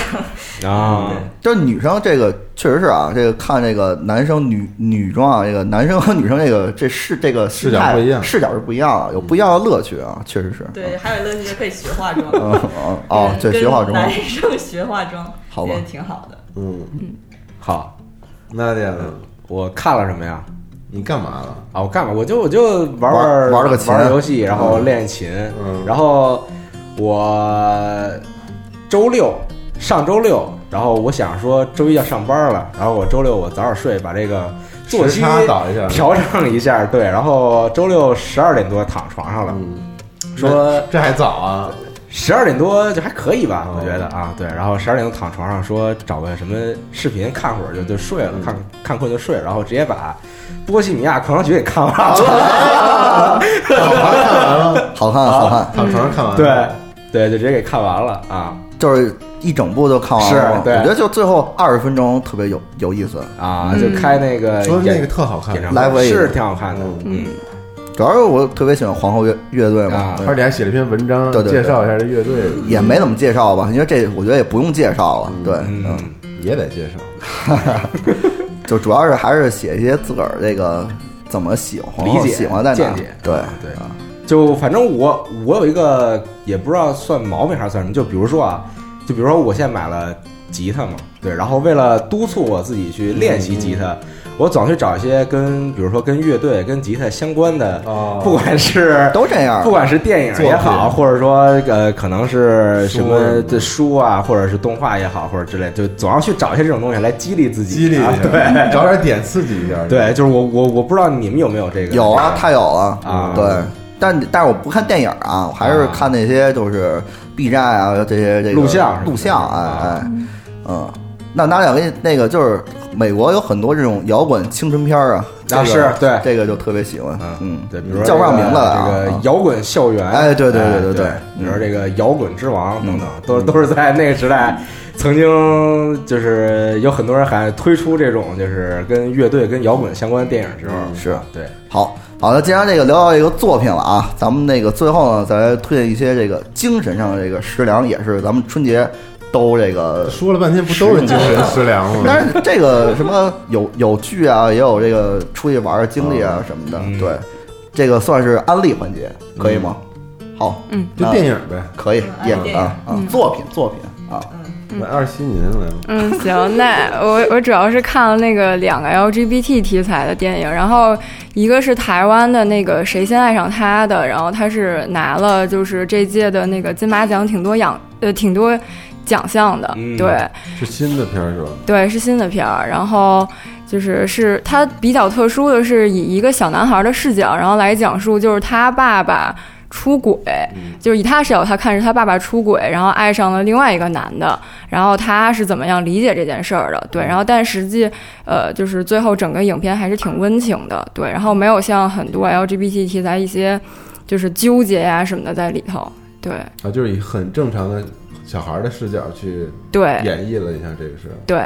Speaker 2: 啊，
Speaker 1: 就是女生这个确实是啊，这个看这个男生女女装啊，这个男生和女生这个这视这个
Speaker 7: 视角
Speaker 1: 心态
Speaker 7: 不一样
Speaker 1: 视角是不一样的，有不一样的乐趣啊，确实是。
Speaker 5: 对，还有乐趣就可以学化妆，
Speaker 1: 嗯，嗯哦，对，
Speaker 5: 跟
Speaker 1: 学化妆
Speaker 5: 男生学化妆
Speaker 1: 好吧
Speaker 5: 也挺好的。
Speaker 7: 嗯，
Speaker 2: 好，
Speaker 7: 那点呢？
Speaker 2: 我看了什么呀？
Speaker 7: 你干嘛了？
Speaker 2: 啊，我干嘛？我就我就玩
Speaker 1: 玩玩
Speaker 2: 玩
Speaker 1: 了个琴
Speaker 2: 玩游戏，然后练练琴，
Speaker 7: 嗯
Speaker 2: 然后我周六上周六，然后我想说周一要上班了，然后我周六我早点睡，把这个作
Speaker 7: 时
Speaker 2: 息
Speaker 7: 差倒一下。
Speaker 2: 调整一下，对，然后周六十二点多躺床上了，
Speaker 7: 嗯，
Speaker 2: 说
Speaker 7: 这还早啊。
Speaker 2: 十二点多就还可以吧，
Speaker 7: 哦
Speaker 2: 我觉得啊，对。然后十二点多躺床上说找个什么视频看会儿就就睡
Speaker 7: 嗯
Speaker 2: 了，看看困就睡了，然后直接把《波西米亚狂想曲》给看完
Speaker 7: 哦
Speaker 2: 了。
Speaker 1: 好看好看，
Speaker 7: 躺床上看完，
Speaker 2: 对 [laughs] 对，就直接给看完了啊
Speaker 1: 就是一整部都看完了嘛。
Speaker 2: 是对
Speaker 1: 我觉得就最后二十分钟特别有有意思，
Speaker 2: 啊！就开那个
Speaker 7: 嗯说那
Speaker 2: 演
Speaker 7: 个特好看哦
Speaker 2: 演，唱
Speaker 1: 来
Speaker 2: 会
Speaker 1: 回
Speaker 2: 是挺好看的，嗯，
Speaker 1: 主要是我特别喜欢皇后乐乐队嘛
Speaker 2: 啊，
Speaker 1: 对
Speaker 7: 而且还写了一篇文章
Speaker 1: 对对对
Speaker 7: 介绍一下这乐队，
Speaker 1: 也没怎么介绍吧，因为这我觉得也不用介绍了，对，
Speaker 2: 嗯，
Speaker 7: 也得介绍。
Speaker 1: 就主要是还是写一些自个儿这个怎么喜欢
Speaker 2: 理解
Speaker 1: 喜欢在哪
Speaker 2: 见
Speaker 1: 儿
Speaker 2: 解，
Speaker 1: 对
Speaker 2: 对就反正我我有一个也不知道算毛病还是算什么，就比如说啊，就比如说我现在买了吉他嘛，对，然后为了督促我自己去练习吉他，我总去找一些跟比如说跟乐队、跟吉他相关的，
Speaker 7: 哦
Speaker 2: 不管是
Speaker 1: 都这样
Speaker 2: 不，管是电影也好，
Speaker 7: 作品
Speaker 2: 或者说呃，可能是
Speaker 7: 书
Speaker 2: 什
Speaker 7: 什
Speaker 2: 么
Speaker 7: 么
Speaker 2: 这书啊，或者是动画也好，或者之类，就总要去找一些这种东西来激励自己，
Speaker 7: 激励一
Speaker 2: 啊
Speaker 7: 下，对， [laughs] 找点点刺激一下。
Speaker 2: 对，就是我我我不知道你们有没有这个
Speaker 1: 有啊，太有了
Speaker 2: 啊
Speaker 1: 对。但但是我不看电影啊，我还是
Speaker 2: 啊
Speaker 1: 看那些就是 B 站啊这些这个
Speaker 2: 录像是吧
Speaker 1: 录像，哎
Speaker 2: 啊
Speaker 1: 哎，嗯，那咱俩跟那个就是美国有很多这种摇滚青春片儿啊，这个
Speaker 2: 是对
Speaker 1: 这个就特别喜欢
Speaker 2: 嗯，
Speaker 1: 嗯，
Speaker 2: 对，比如说
Speaker 1: 叫不上
Speaker 2: 这个
Speaker 1: 名字来
Speaker 2: 这
Speaker 1: 啊
Speaker 2: 个
Speaker 1: 啊
Speaker 2: 摇滚校园，
Speaker 1: 哎对对对
Speaker 2: 哎
Speaker 1: 对
Speaker 2: 对
Speaker 1: 对
Speaker 2: 比如说这个摇滚之王等等，都都是在那个时代，曾经就是有很多人还推出这种就是跟乐队跟摇滚相关的电影的时候，
Speaker 1: 是
Speaker 2: 对，
Speaker 1: 好好的，既然这个聊到这个作品了啊，咱们那个最后呢，再来推荐一些这个精神上的这个食粮，也是咱们春节都这
Speaker 8: [laughs]
Speaker 1: 个。
Speaker 7: 说了半天不都是精神食粮吗？
Speaker 1: 但是这个什么有有剧啊，也有这个出去玩儿的经历啊什么的
Speaker 2: 嗯，
Speaker 1: 对，这个算是安利环节，可以吗？好，
Speaker 8: 嗯
Speaker 7: 就电影呗。
Speaker 1: 可以，
Speaker 5: 嗯
Speaker 1: 也
Speaker 5: 安利
Speaker 1: 啊啊，作品作品啊，
Speaker 5: 嗯
Speaker 7: 来二七您来吧，
Speaker 8: 嗯，行，那我我主要是看了那个两个 LGBT 题材的电影，然后一个是台湾的那个《谁先爱上他》的，然后他是拿了就是这届的那个金马奖挺多奖呃挺多奖项的，
Speaker 2: 嗯
Speaker 8: 对
Speaker 7: 是新的片儿是吧？
Speaker 8: 对是新的片儿，然后就是是他比较特殊的是以一个小男孩的视角，然后来讲述就是他爸爸。出轨，就是以他视角，他看是他爸爸出轨，然后爱上了另外一个男的，然后他是怎么样理解这件事儿的？对，然后但实际，呃，就是最后整个影片还是挺温情的，对，然后没有像很多 LGBT 题材一些就是纠结呀、什么的在里头，对
Speaker 7: 啊，就是以很正常的小孩儿的视角去
Speaker 8: 对
Speaker 7: 演绎了一下这个事儿。
Speaker 8: 对，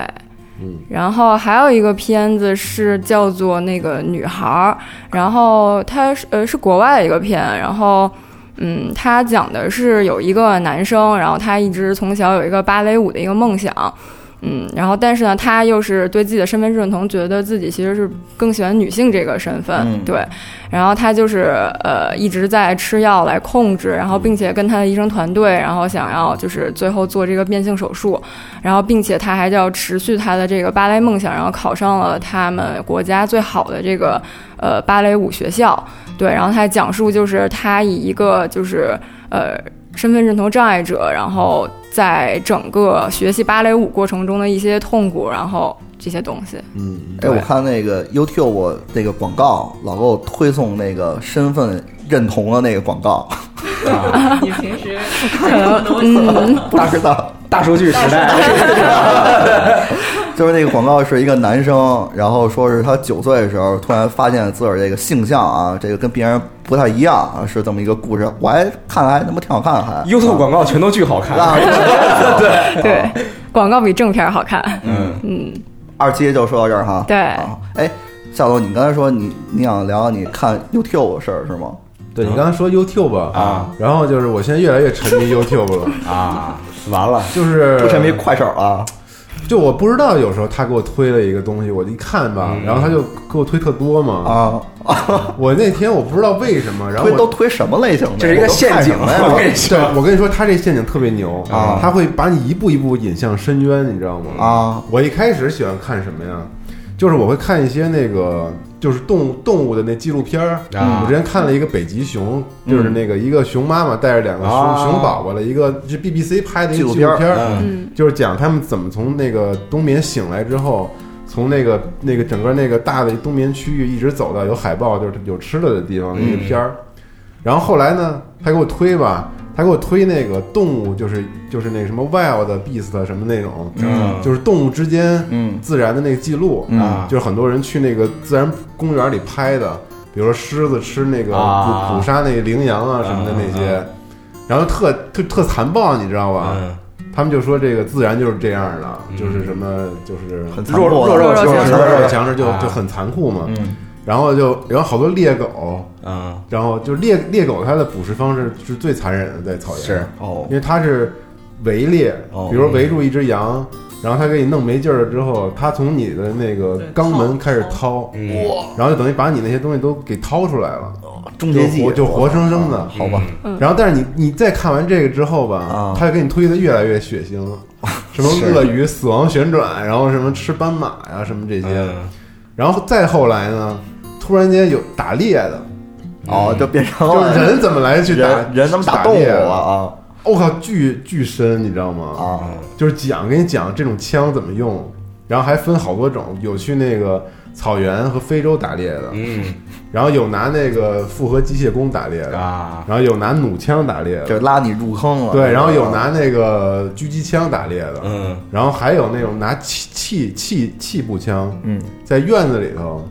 Speaker 7: 嗯，
Speaker 8: 然后还有一个片子是叫做那个女孩儿，然后它是呃是国外的一个片，然后嗯，它讲的是有一个男生，然后他一直从小有一个芭蕾舞的一个梦想。嗯，然后但是呢，他又是对自己的身份认同，觉得自己其实是更喜欢女性这个身份，
Speaker 1: 嗯
Speaker 8: 对。然后他就是呃一直在吃药来控制，然后并且跟他的医生团队，然后想要就是最后做这个变性手术，然后并且他还要持续他的这个芭蕾梦想，然后考上了他们国家最好的这个呃芭蕾舞学校。对，然后他讲述就是他以一个就是呃身份认同障碍者，然后在整个学习芭蕾舞过程中的一些痛苦，然后这些东西。
Speaker 7: 嗯，
Speaker 1: 哎，
Speaker 8: 对
Speaker 1: 我看那个 YouTube 我那个广告老给我推送那个身份认同的那个广告，啊
Speaker 5: 你平时看什么东西？
Speaker 8: 嗯，
Speaker 1: 大知道。
Speaker 2: 大数据时代，
Speaker 1: 就是那个广告是一个男生，然后说是他九岁的时候突然发现自个儿这个性向啊，这个跟别人不太一样啊，是这么一个故事。我还看还他妈挺好看，
Speaker 2: [laughs]
Speaker 1: 还
Speaker 2: YouTube 广告全都巨好看，
Speaker 1: 啊，对
Speaker 8: 对，广告比正片儿好看。
Speaker 2: 嗯，
Speaker 8: 嗯，
Speaker 1: 二期就说到这儿哈。
Speaker 8: 对
Speaker 1: 好哎，夏总，你刚才说你你想聊聊你看 YouTube 的事儿是
Speaker 2: [laughs]
Speaker 1: 吗？
Speaker 7: 对你刚才说 YouTube
Speaker 2: 啊，
Speaker 7: 然后就是我现在越来越沉迷 YouTube [laughs] 了，
Speaker 2: 啊，完了，
Speaker 7: 就是
Speaker 1: 不沉迷快手啊？
Speaker 7: 就我不知道，有时候他给我推了一个东西，我一看吧，然后他就给我推特多嘛。
Speaker 1: 啊，
Speaker 7: 我那天我不知道为什么，然后
Speaker 1: 推
Speaker 7: 我
Speaker 1: 都推什么类型的？
Speaker 2: 这是一个
Speaker 1: 我都看
Speaker 2: 陷阱，
Speaker 1: 什么呀
Speaker 2: 我跟你
Speaker 7: 对
Speaker 2: 说，
Speaker 7: 我跟你说，他这陷阱特别牛
Speaker 1: 啊
Speaker 7: 他会把你一步一步引向深渊，你知道吗？
Speaker 1: 啊，
Speaker 7: 我一开始喜欢看什么呀？就是我会看一些那个，就是动物动物的那纪录片儿。
Speaker 2: 啊
Speaker 7: 我之前看了一个北极熊，就是那个一个熊妈妈带着两个熊、
Speaker 2: 啊
Speaker 7: 熊宝宝了一个，是 BBC 拍的一个
Speaker 1: 纪录
Speaker 7: 纪录
Speaker 1: 片
Speaker 7: 片儿，
Speaker 2: 嗯
Speaker 8: 嗯
Speaker 7: 就是讲他们怎么从那个冬眠醒来之后，从那个那个整个那个大的冬眠区域一直走
Speaker 2: 嗯
Speaker 7: 到有海豹，就是有吃的的地方的一个片儿。然后后来呢，他给我推吧，他给我推那个动物，就是就是那什么 wild beast 什么那种，
Speaker 2: 嗯
Speaker 7: 就是动物之间
Speaker 1: 嗯
Speaker 7: 自然的那个记录
Speaker 1: 嗯
Speaker 2: 啊
Speaker 7: 就是很多人去那个自然公园里拍的，比如说狮子吃那个
Speaker 2: 啊
Speaker 7: 捕捕杀那个羚羊啊什么的那些，然后特特特残暴，你知道吧？
Speaker 2: 嗯
Speaker 7: 他们就说这个自然就是这样的，就是什么就是
Speaker 1: 很残
Speaker 2: 弱
Speaker 1: 酷啊嗯哦
Speaker 2: 弱
Speaker 1: 的
Speaker 2: 肉
Speaker 8: 弱肉
Speaker 2: 强
Speaker 8: 强
Speaker 2: 食
Speaker 8: 食
Speaker 7: 弱肉强食就
Speaker 2: 啊
Speaker 7: 就很残酷嘛。
Speaker 1: 嗯
Speaker 7: 然后就有好多猎狗，
Speaker 2: 嗯
Speaker 7: 然后就猎猎狗它的捕食方式是最残忍的，在草原上
Speaker 2: 是
Speaker 1: 哦
Speaker 7: 因为它是围猎
Speaker 2: 嗯
Speaker 1: 哦，
Speaker 7: 比如围住一只羊，然后它给你弄没劲儿了之后，它从你的那个
Speaker 5: 对
Speaker 7: 肛门
Speaker 5: 掏
Speaker 7: 开始掏，
Speaker 2: 嗯
Speaker 7: 然后就等于把你那些东西都给掏出来了，
Speaker 1: 终结技
Speaker 7: 就活就活生生的。
Speaker 1: 好吧，
Speaker 2: 嗯
Speaker 7: 然后，但是你你再看完这个之后吧
Speaker 1: 啊，
Speaker 7: 他就给你推的越来越血腥，
Speaker 1: [laughs]
Speaker 7: 什么
Speaker 2: 是
Speaker 7: 鳄鱼、死亡旋转，然后什么吃斑马呀、什么这些，
Speaker 2: 嗯
Speaker 7: 然后再后来呢，突然间有打猎的，
Speaker 1: 哦，就变成
Speaker 7: 就是
Speaker 1: 了
Speaker 7: 人怎么来去打
Speaker 1: 人人怎么打动
Speaker 7: 猎
Speaker 1: 物啊
Speaker 7: 我靠，巨巨深，你知道吗？
Speaker 1: 啊啊！
Speaker 2: 嗯
Speaker 7: 就是讲给你讲这种枪怎么用，然后还分好多种，有去那个草原和非洲打猎的，
Speaker 2: 嗯
Speaker 7: 然后有拿那个复合机械弓打猎的，
Speaker 2: 啊
Speaker 7: 然后有拿弩枪打猎
Speaker 1: 就
Speaker 7: 的，
Speaker 1: 拉你入坑了。
Speaker 7: 对，然后有拿那个狙击枪打猎的，
Speaker 2: 嗯
Speaker 7: 然后还有那种拿气气气气步枪
Speaker 1: 嗯
Speaker 7: 在院子里头，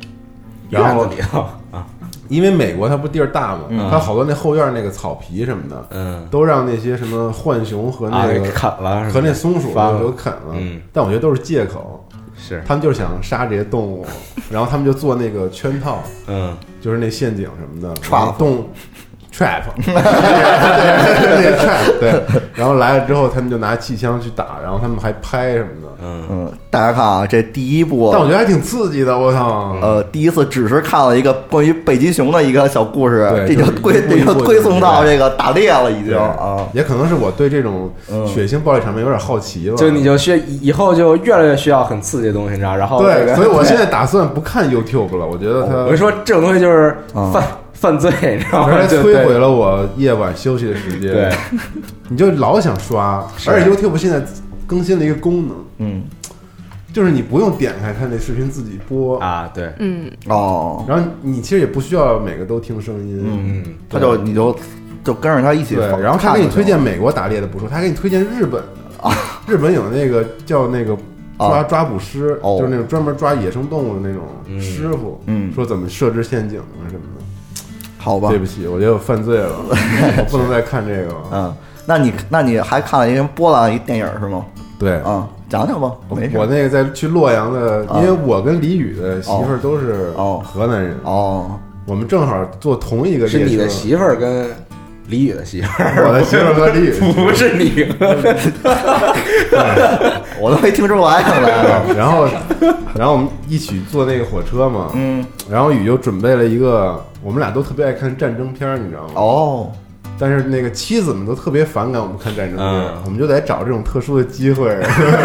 Speaker 7: 然
Speaker 2: 院
Speaker 7: 后
Speaker 2: 子里头啊
Speaker 7: 因为美国它不地儿大嘛，
Speaker 1: 嗯
Speaker 7: 它好多那后院那个草皮什么的，
Speaker 2: 嗯
Speaker 7: 都让那些什么浣熊和
Speaker 2: 啊
Speaker 7: 那个
Speaker 2: 给砍了
Speaker 7: 和那松鼠
Speaker 2: 翻了
Speaker 7: 都给啃了
Speaker 2: 嗯，
Speaker 7: 但我觉得都是借口。
Speaker 2: 是
Speaker 7: 他们就是想杀这些动
Speaker 2: [laughs]
Speaker 7: 物，然后他们就做那个圈套，
Speaker 2: 嗯
Speaker 7: 就是那陷阱什么的
Speaker 1: Trap
Speaker 7: 然后动
Speaker 2: [laughs]
Speaker 7: trap，对那 trap 对，然后来了之后，他们就拿气枪去打，然后他们还拍什么的，
Speaker 2: 嗯
Speaker 1: 嗯，大家看啊，这第一部
Speaker 7: 但我觉得还挺刺激的，我操！
Speaker 1: 呃，第一次只是看了一个关于北极熊的一个小故事，
Speaker 7: 对
Speaker 1: 这就
Speaker 7: 就是
Speaker 1: 推
Speaker 7: 一步一
Speaker 1: 这
Speaker 7: 步
Speaker 1: 就推送到
Speaker 7: 对
Speaker 1: 这个打猎了，已经
Speaker 7: 对
Speaker 1: 啊，
Speaker 7: 也可能是我对这种
Speaker 1: 嗯
Speaker 7: 血腥暴力场面有点好奇吧，
Speaker 2: 就你就需要以后就越来越需要很刺激的东西，你知道？然后这
Speaker 7: 对，
Speaker 2: 个
Speaker 7: 所以我现在打算不看 YouTube 了，我觉得
Speaker 2: [laughs] 我跟你
Speaker 7: 它
Speaker 2: 说，这种东西就是
Speaker 1: 嗯
Speaker 2: 犯 [laughs] 犯罪，你知道
Speaker 7: 它
Speaker 2: 吗？
Speaker 7: 还
Speaker 2: 就
Speaker 7: 摧毁了我夜晚休息的时间，
Speaker 2: 对，
Speaker 7: 你就老想刷，
Speaker 2: 是
Speaker 7: 而且 YouTube 现在更新了一个功能。
Speaker 1: 嗯，
Speaker 7: 就是你不用点开它那视频自己播，
Speaker 2: 啊，对，
Speaker 8: 嗯，
Speaker 1: 哦，
Speaker 7: 然后你其实也不需要每个都听声音，
Speaker 2: 嗯，
Speaker 1: 他就你就就跟着他一起
Speaker 7: 对
Speaker 1: 放，。
Speaker 7: 然后他
Speaker 1: 看
Speaker 7: 给
Speaker 1: 就
Speaker 7: 你推
Speaker 1: 行
Speaker 7: 荐美国打猎的不说，他还给你推荐日本的，日本有那个叫那个抓、
Speaker 1: 啊
Speaker 7: 抓捕师，
Speaker 1: 哦
Speaker 7: 就是那种专门抓野生动物的那种师傅，
Speaker 1: 嗯
Speaker 7: 说怎么设置陷阱啊什么的。
Speaker 1: 好吧
Speaker 7: 对，不起，我觉得我犯罪
Speaker 1: [laughs]
Speaker 7: 了，我不能再看这个了。
Speaker 1: 嗯，那你那你还看了一个波兰一电影是吗？
Speaker 7: 对，
Speaker 1: 啊，讲讲吧，
Speaker 7: 我
Speaker 1: 没事
Speaker 7: 我。那个在去洛阳的，
Speaker 1: 啊
Speaker 7: 因为我跟李宇的媳妇儿都是
Speaker 1: 哦
Speaker 7: 河南人，
Speaker 1: 哦，
Speaker 7: 我们正好做同一个
Speaker 2: 是
Speaker 7: 列
Speaker 2: 你的
Speaker 7: 车
Speaker 2: 媳妇儿跟李宇的媳妇儿，
Speaker 7: 我的媳妇儿和
Speaker 1: [laughs]
Speaker 7: 李宇的媳妇儿
Speaker 2: [laughs] 不是你，
Speaker 1: 我都没听出来，看来。
Speaker 7: [laughs] 然后，然后我们一起坐那个火车嘛，
Speaker 1: 嗯，
Speaker 7: 然后宇就准备了一个，我们俩都特别爱看战争片儿，你知道吗？，
Speaker 1: 哦，
Speaker 7: 但是那个妻子们都特别反感我们看战争片儿
Speaker 2: 嗯，
Speaker 7: 我们就得找这种特殊的机会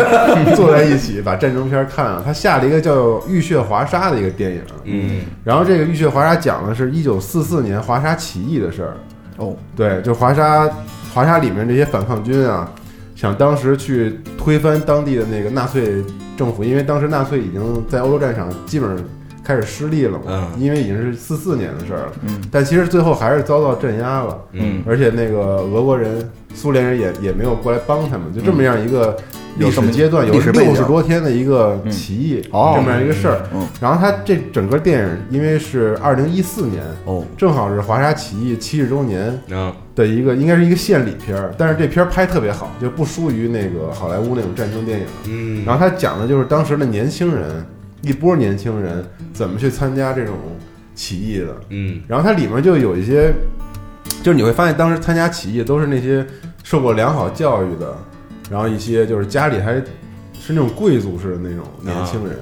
Speaker 7: [laughs] 坐在一起把战争片儿看了。他下了一个叫《浴血华沙》的一个电影，
Speaker 2: 嗯
Speaker 7: 然后这个《浴血华沙》讲的是一九四四年华沙起义的事儿，
Speaker 1: 哦，
Speaker 7: 对，就华沙，华沙里面这些反抗军啊，想当时去推翻当地的那个纳粹政府，因为当时纳粹已经在欧洲战场基本上开始失利了嘛，
Speaker 2: 嗯
Speaker 7: 因为已经是四四年的事儿了。
Speaker 1: 嗯
Speaker 7: 但其实最后还是遭到镇压了，
Speaker 2: 嗯
Speaker 7: 而且那个俄国人、苏联人也也没有过来帮他们，就这么样一个
Speaker 1: 嗯
Speaker 7: 历
Speaker 1: 有这么
Speaker 7: 史阶段，有
Speaker 1: 历史背景
Speaker 7: 六十多天的一个
Speaker 1: 嗯
Speaker 7: 起义，
Speaker 1: 哦
Speaker 7: 这么样一个事儿。
Speaker 1: 嗯
Speaker 7: 然后他这整个电影，因为是二零一四年，
Speaker 1: 哦，
Speaker 7: 正好是华沙起义七十周年。
Speaker 2: 嗯
Speaker 7: 的一个，应该是一个献礼片儿，但是这片儿拍特别好，就不输于那个好莱坞那种战争电影。
Speaker 2: 嗯，
Speaker 7: 然后他讲的就是当时的年轻人，一波年轻人怎么去参加这种起义的。
Speaker 2: 嗯
Speaker 7: 然后它里面就有一些，就是你会发现当时参加起义都是那些受过良好教育的，然后一些就是家里还是那种贵族式的那种年轻人，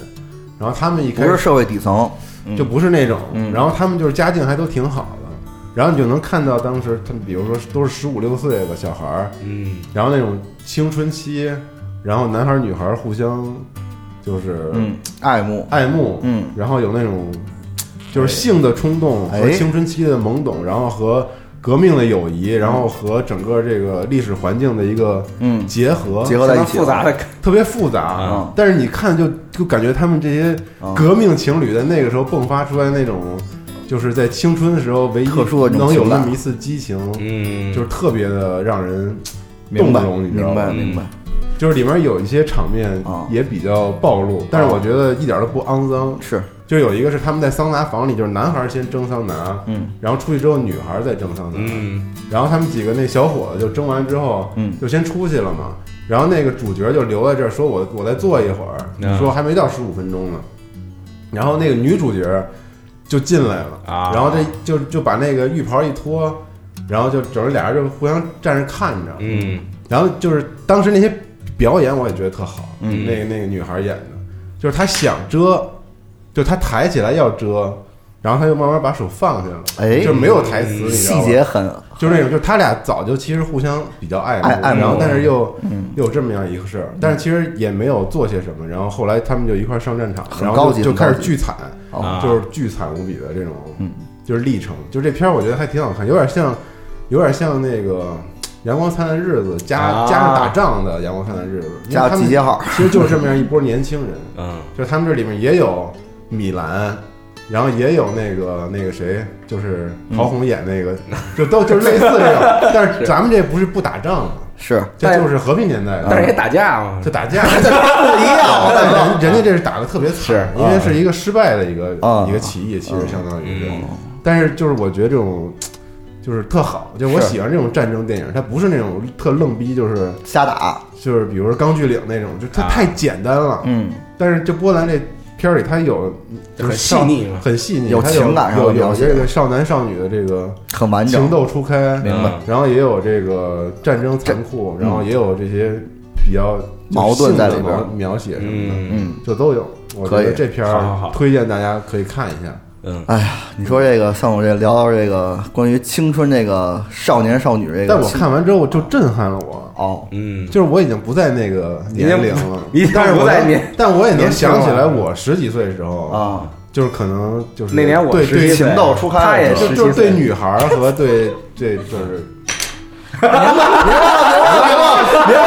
Speaker 7: 然后他们一
Speaker 1: 啊不
Speaker 7: 开始
Speaker 1: 是社会底层，嗯
Speaker 7: 就不是那种。
Speaker 1: 嗯
Speaker 7: 然后他们就是家境还都挺好的，然后你就能看到当时他们，比如说都是十五六岁的小孩儿，
Speaker 2: 嗯
Speaker 7: 然后那种青春期，然后男孩儿女孩儿互相就是
Speaker 1: 嗯，爱慕，
Speaker 7: 爱慕，
Speaker 1: 嗯
Speaker 7: 然后有那种就是性的冲动和
Speaker 1: 哎
Speaker 7: 青春期的懵懂，然后和革命的友谊，然后和整个这个历史环境的一个
Speaker 1: 嗯，
Speaker 7: 结合，
Speaker 1: 结合在一起，
Speaker 2: 复杂的感
Speaker 7: 特别复杂。
Speaker 1: 嗯
Speaker 7: 但是你看就就感觉他们这些
Speaker 1: 嗯
Speaker 7: 革命情侣在那个时候迸发出来那种就是在青春时候唯一
Speaker 1: 特殊的这种
Speaker 7: 能有
Speaker 1: 情感
Speaker 7: 那么一次激情，
Speaker 2: 嗯，
Speaker 7: 就是特别的让人
Speaker 1: 动
Speaker 7: 动
Speaker 1: 漫，
Speaker 7: 容，你知道
Speaker 1: 明
Speaker 7: 吗
Speaker 1: 白？明白。
Speaker 7: 就是里面有一些场面
Speaker 1: 啊
Speaker 7: 也比较暴露，但
Speaker 1: 嗯
Speaker 7: 是我觉得一点都不肮脏。
Speaker 1: 是，
Speaker 7: 就有一个是他们在桑拿房里，就是男孩先蒸桑拿，
Speaker 1: 嗯，
Speaker 7: 然后出去之后女孩再蒸桑拿，
Speaker 2: 嗯
Speaker 7: 然后他们几个那小伙子就蒸完之后，
Speaker 1: 嗯
Speaker 7: 就先出去了嘛。然后那个主角就留在这儿，说我我再坐一会儿，
Speaker 2: 嗯
Speaker 7: 你说还没到十五分钟呢。然后那个女主角就进来了，
Speaker 2: 啊
Speaker 7: 然后这就就把那个浴袍一脱，然后就整个俩人就互相站着看着，
Speaker 2: 嗯
Speaker 7: 然后就是当时那些表演，我也觉得特好。
Speaker 2: 嗯
Speaker 7: 那个那个女孩演的，就是她想遮，就她抬起来要遮，然后她又慢慢把手放下了，
Speaker 1: 哎
Speaker 7: 就没有台词，你知
Speaker 1: 细
Speaker 7: 道吗？
Speaker 1: 节很
Speaker 7: 就是那种，就他俩早就其实互相比较爱慕，
Speaker 1: 爱爱慕
Speaker 7: 然后但是又、
Speaker 1: 嗯
Speaker 7: 又有这么样一个事儿，但是其实也没有做些什么。然后后来他们就一块儿上战场，
Speaker 1: 很
Speaker 7: 然
Speaker 1: 高
Speaker 7: 后
Speaker 1: 级
Speaker 7: 就
Speaker 1: 很
Speaker 7: 就
Speaker 1: 高
Speaker 7: 开始
Speaker 1: 级
Speaker 7: 聚惨，
Speaker 1: 哦
Speaker 2: 啊
Speaker 7: 就是聚惨无比的这种，
Speaker 1: 嗯
Speaker 7: 就是历程。就这片儿我觉得还挺好看，有点像，有点像那个《阳光灿烂的日子》加、
Speaker 2: 啊
Speaker 7: 加上打仗的《阳光灿烂的日子》，因为
Speaker 1: 加
Speaker 7: 他
Speaker 1: 集
Speaker 7: 们
Speaker 1: 结号，
Speaker 7: 其实就是这么样一波年轻人，
Speaker 2: 嗯
Speaker 7: 就是他们这里面也有米兰，然后也有那个那个谁，就是陶虹演那个，就都就是类似这种。但是咱们这不是不打仗嘛，
Speaker 1: 是
Speaker 7: 这就是和平年代
Speaker 2: 但是也
Speaker 7: 的，
Speaker 2: 打架
Speaker 1: 啊
Speaker 2: 嘛
Speaker 1: [laughs]
Speaker 7: 就，打架不一样。但人人家这是打的特别惨，
Speaker 2: 是
Speaker 7: 因为是一个失败的一个
Speaker 1: 啊
Speaker 7: 一个起义，其实相当于是
Speaker 2: 嗯。
Speaker 7: 但是就是我觉得这种。就是特好，就我
Speaker 1: 是
Speaker 7: 喜欢这种战争电影，它不是那种特愣逼，就是
Speaker 1: 瞎打，
Speaker 7: 就是比如说《钢锯岭》那种，就它
Speaker 2: 啊
Speaker 7: 太简单了，
Speaker 1: 嗯，
Speaker 7: 但是这波兰这片儿里，它有就是
Speaker 2: 很
Speaker 7: 少
Speaker 2: 细腻嘛
Speaker 7: 很细腻，
Speaker 1: 有
Speaker 7: 它
Speaker 1: 情感上的
Speaker 7: 有有
Speaker 1: 描写
Speaker 7: 这个少男少女的这个
Speaker 1: 很完
Speaker 7: 情
Speaker 1: 整，
Speaker 7: 窦初开，嗯
Speaker 1: 明
Speaker 2: 白
Speaker 7: 然后也有这个战争残酷，然后也有这些比较
Speaker 1: 矛盾在里
Speaker 7: 里
Speaker 1: 边儿
Speaker 7: 描写什么的，
Speaker 2: 嗯
Speaker 1: 嗯。
Speaker 7: 就都有。我觉
Speaker 1: 可
Speaker 7: 得
Speaker 1: 以
Speaker 7: 这片
Speaker 2: 好好
Speaker 7: 儿
Speaker 2: 好
Speaker 7: 推荐大家可以看一下。
Speaker 2: 嗯
Speaker 1: 哎呀，你说这个，像我这聊到这个关于青春这个少年少女这个，
Speaker 7: 但我看完之后就震撼了我，
Speaker 1: [laughs] 哦，
Speaker 2: 嗯，
Speaker 7: 就是我已经不在那个年龄了
Speaker 2: 已经，
Speaker 7: 但是
Speaker 2: 不
Speaker 7: 我
Speaker 2: 在
Speaker 7: 能
Speaker 2: 年
Speaker 7: 但我也能
Speaker 2: 年轻
Speaker 7: 想起
Speaker 2: 了
Speaker 7: 来我十几岁的时候，
Speaker 1: 啊，
Speaker 7: 就是可能就是
Speaker 2: 那年我
Speaker 7: 对
Speaker 2: 十七
Speaker 7: 对
Speaker 2: 岁
Speaker 1: 情窦初开
Speaker 2: 他也
Speaker 1: 的时
Speaker 7: 就
Speaker 1: 候
Speaker 2: 十
Speaker 7: 就
Speaker 2: 七
Speaker 7: 是对
Speaker 2: 岁，
Speaker 7: 女孩儿和对对就是。
Speaker 1: 别忘了，别忘了，别忘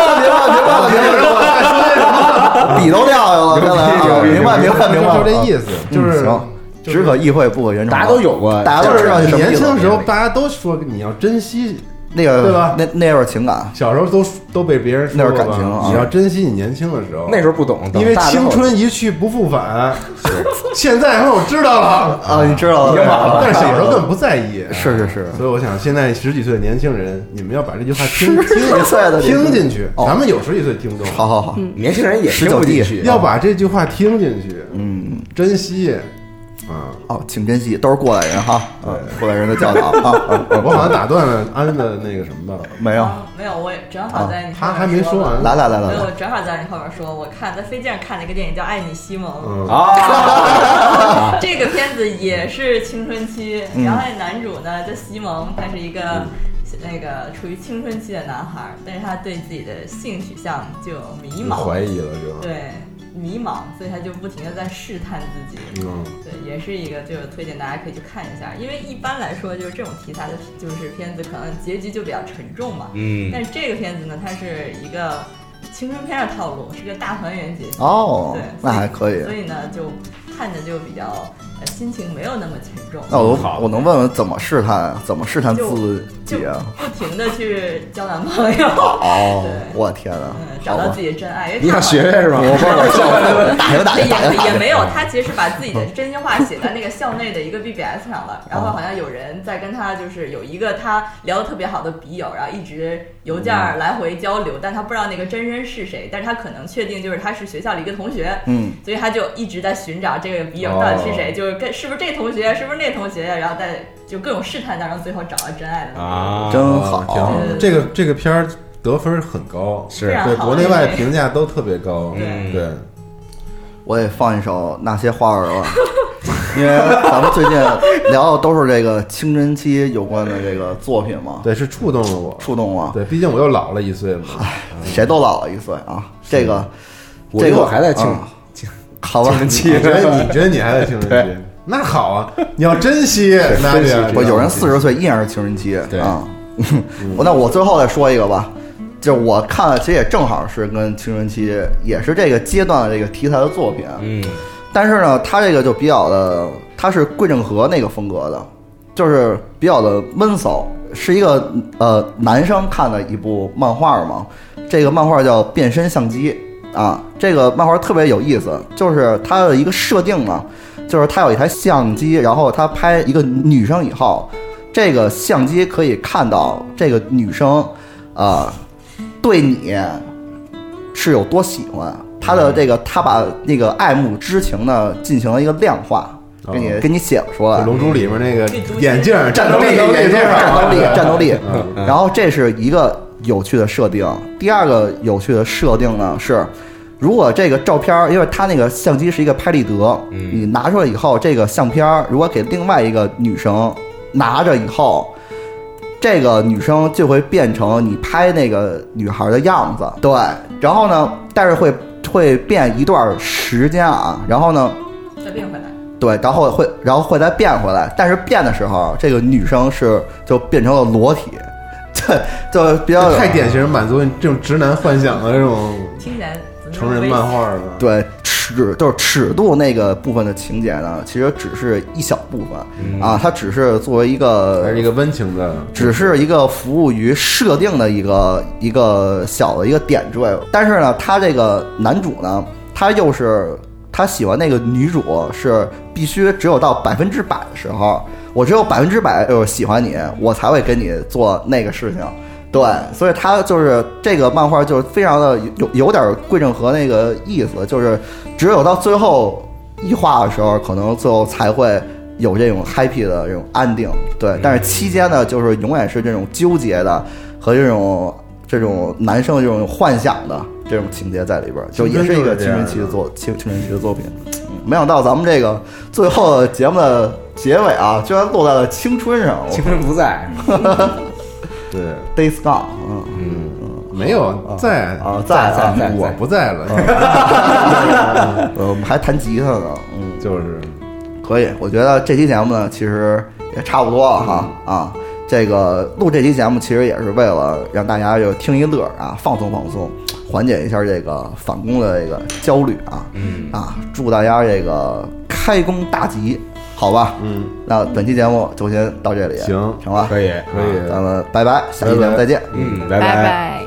Speaker 1: 了，别忘了， [laughs] 笔都掉下了，刚才
Speaker 7: [laughs]
Speaker 1: 啊， [laughs] 明白，明白，明白，嗯
Speaker 7: 就这意思，就是
Speaker 1: 行，只可意会不可言传。啊
Speaker 2: 大家都有过
Speaker 1: 大家都知道
Speaker 7: 就是
Speaker 1: 什么
Speaker 7: 年
Speaker 1: 意思
Speaker 7: 轻的时候大家都说你要珍惜，
Speaker 1: 那个
Speaker 7: 对吧
Speaker 1: 那那份情感，
Speaker 7: 小时候都都被别人说
Speaker 1: 那是
Speaker 7: 过
Speaker 1: 感
Speaker 7: 吧
Speaker 1: 情啊
Speaker 7: 你要珍惜你年轻的时候。
Speaker 2: 那时候不懂，等
Speaker 7: 因为
Speaker 2: 大了
Speaker 7: 青
Speaker 2: 后
Speaker 7: 春一去不复返， [laughs] 现在让我知道了，
Speaker 1: [laughs] 啊，你知道
Speaker 2: 已经晚
Speaker 1: 了，
Speaker 7: 但是小时候根本不在意。
Speaker 1: 是是是，
Speaker 7: 所以我想，现在十几岁的年轻人，你们要把这句话听
Speaker 1: 几岁的年轻人
Speaker 7: 听听进去。
Speaker 1: 哦
Speaker 7: 咱们有十几岁听众，
Speaker 1: 好好好，
Speaker 2: 年轻人也听不进去，
Speaker 7: 要把这句话听进去，
Speaker 1: 嗯，
Speaker 7: 珍惜啊！
Speaker 1: 哦，请珍惜，都是过来人哈，啊过来人的教导
Speaker 5: [laughs]
Speaker 1: 啊啊，啊
Speaker 7: 我好像打断了安的那个什么吧，
Speaker 1: [laughs] 没有，啊
Speaker 5: 嗯没有，我也正好在你后面
Speaker 7: 他还没说完，
Speaker 5: 了
Speaker 1: 来来来来
Speaker 5: 没有，我
Speaker 1: 来，
Speaker 5: 正好在你后面说，我看在飞机上看了一个电影叫《爱你西蒙
Speaker 7: 嗯》，
Speaker 2: 啊，
Speaker 5: 这个片子也是青春期，然后那男主呢叫西蒙，他是一个那个处于青春期的男孩儿，但是他对自己的性取向就有迷
Speaker 7: 你怀
Speaker 5: 茫，
Speaker 7: 疑了是吧？
Speaker 5: 对迷茫，所以他就不停的在试探自己。
Speaker 7: 嗯，
Speaker 5: 对，也是一个，就是推荐大家可以去看一下，因为一般来说就是这种题材的，就是片子可能结局就比较沉重嘛。
Speaker 2: 嗯
Speaker 5: 但是这个片子呢，它是一个青春片的套路，是个大团圆结局。
Speaker 1: 哦
Speaker 5: 对，
Speaker 1: 那还可以
Speaker 5: 所。以呢，就看着就比较呃心情没有那么沉重，
Speaker 1: 那我
Speaker 2: 好
Speaker 1: 我能问问怎么试探，怎么试探自
Speaker 5: 就
Speaker 1: 己啊？
Speaker 5: 不停的去交男朋友， [laughs]
Speaker 1: 哦
Speaker 5: 对，
Speaker 1: 我天哪
Speaker 5: 嗯，，找
Speaker 1: 好
Speaker 5: 到
Speaker 1: 吧
Speaker 5: 自，己的真爱。因为
Speaker 2: 你想
Speaker 5: 他
Speaker 2: 学学是
Speaker 5: [laughs]
Speaker 2: 吧？
Speaker 1: 打听打听打听打
Speaker 5: 也也
Speaker 1: 听，
Speaker 5: 没有，他其实把自己的真心话写在那个校内的一个 BBS 上了，然后好像有人在跟他就是有一个他聊得特别好的笔友，然后一直邮件儿来回交流，但他不知道那个真人是谁，但是他可能确定就是他是学校里一个同学，
Speaker 1: 嗯，
Speaker 5: 所以他就一直在寻找这个笔友到底是
Speaker 7: 哦
Speaker 5: 谁，就是跟是不是这同学，是不是那同学，然后再就各种试探当中，最后找到真爱的那个
Speaker 2: [laughs]
Speaker 5: 人。
Speaker 2: 啊，
Speaker 1: 真嗯好
Speaker 7: 啊挺好
Speaker 5: 对。
Speaker 7: 这个这个片儿得分很高，
Speaker 2: 是啊
Speaker 7: 对
Speaker 5: 非常嗯好
Speaker 7: 国内外
Speaker 5: 因为
Speaker 7: 评价都特别高，
Speaker 5: 对
Speaker 7: 对，
Speaker 1: 我得放一首《那些花儿了》，因为咱们最近聊的都是这个青春期有关的这个作品嘛，
Speaker 7: 对是触动了我，
Speaker 1: 触动我，
Speaker 7: 对，毕竟我又老了一岁嘛，
Speaker 1: 谁都老了一岁啊，这个
Speaker 2: 我
Speaker 1: 这
Speaker 2: 觉得
Speaker 1: 个
Speaker 2: 我还在
Speaker 1: 嗯
Speaker 2: 青
Speaker 1: 好吧，
Speaker 2: 青
Speaker 7: 你
Speaker 2: 青
Speaker 7: 觉得你觉得你还在青春期？那好啊，你要珍惜，那
Speaker 2: 珍惜这
Speaker 1: 不，
Speaker 2: 个
Speaker 1: 有人四十岁依然是青春期
Speaker 2: 对
Speaker 1: 啊。 [laughs] 我那我最后再说一个吧，就是我看了，其实也正好是跟青春期，也是这个阶段的这个题材的作品。啊
Speaker 2: 嗯
Speaker 1: 但是呢，它这个就比较的它是桂正和那个风格的，就是比较的闷骚，是一个呃男生看的一部漫画嘛。这个漫画叫《变身相机》啊，这个漫画特别有意思，就是它的一个设定啊，就是它有一台相机，然后它拍一个女生以后，这个相机可以看到这个女生啊、对你是有多喜欢。啊他的这个，他把那个爱慕之情呢进行了一个量化，
Speaker 7: 哦
Speaker 1: 给你给你写啊出来。
Speaker 7: 《龙珠》里面那个眼镜儿
Speaker 1: 战斗力、
Speaker 7: 战斗
Speaker 1: 眼镜儿战斗力、战斗力
Speaker 7: 嗯。
Speaker 1: 然后这是一个有趣的设定。第二个有趣的设定呢是，如果这个照片儿，因为它那个相机是一个拍立得，你拿出来以后，这个相片儿如果给另外一个女生拿着以后。这个女生就会变成你拍那个女孩的样子，对。然后呢，但是会会变一段时间啊。然后呢，
Speaker 5: 再变回来。
Speaker 1: 对，然后会，然后会再变回来，但是变的时候，啊这个女生是就变成了裸体， [laughs] 这就比较
Speaker 7: 太典型满足你这种直男幻想的这种
Speaker 5: 听起来怎么
Speaker 7: 成人漫画了。
Speaker 1: 对尺就是尺度那个部分的情节呢，其实只是一小部分、啊，它只是作为一
Speaker 7: 嗯
Speaker 1: 个
Speaker 7: 还是一个温情的，
Speaker 1: 只是一个服务于设定的一个一个小的一个点缀。但是呢，他这个男主呢，他又是他喜欢那个女主是必须只有到百分之百的时候，我只有百分之百就是喜欢你，我才会跟你做那个事情。对，所以他就是这个漫画就是非常的有有点桂正和那个意思，就是只有到最后一画的时候，可能最后才会有这种 happy 的这种安定。对，但是期间呢，就是永远是这种纠结的和这种这种男生这种幻想的这种情节在里边儿，就也是一个青春期的作青青春期的作品。嗯没想到咱们这个最后节目的结尾啊，居然落在了青春上。我
Speaker 2: 青春不在，
Speaker 7: 对，
Speaker 1: Days Gone，嗯。
Speaker 7: 没有在
Speaker 1: 啊在在嗯
Speaker 2: 在
Speaker 7: 我不在了，
Speaker 1: 呃，我们还弹吉他呢，嗯，
Speaker 7: 就是
Speaker 1: 可以。我觉得这期节目呢，其实也差不多了哈、啊。这个录这期节目其实也是为了让大家就听一乐儿啊，放松放松，缓解一下这个返工的这个焦虑啊。嗯啊，祝大家这个开工大吉，好吧？嗯，那本期节目就先到这里，
Speaker 7: 行
Speaker 1: 成吧？
Speaker 2: [laughs] 可以，
Speaker 7: 可以
Speaker 1: 咱们拜拜，下期节目再见。
Speaker 2: 嗯，
Speaker 8: 拜
Speaker 2: 拜。
Speaker 8: 拜。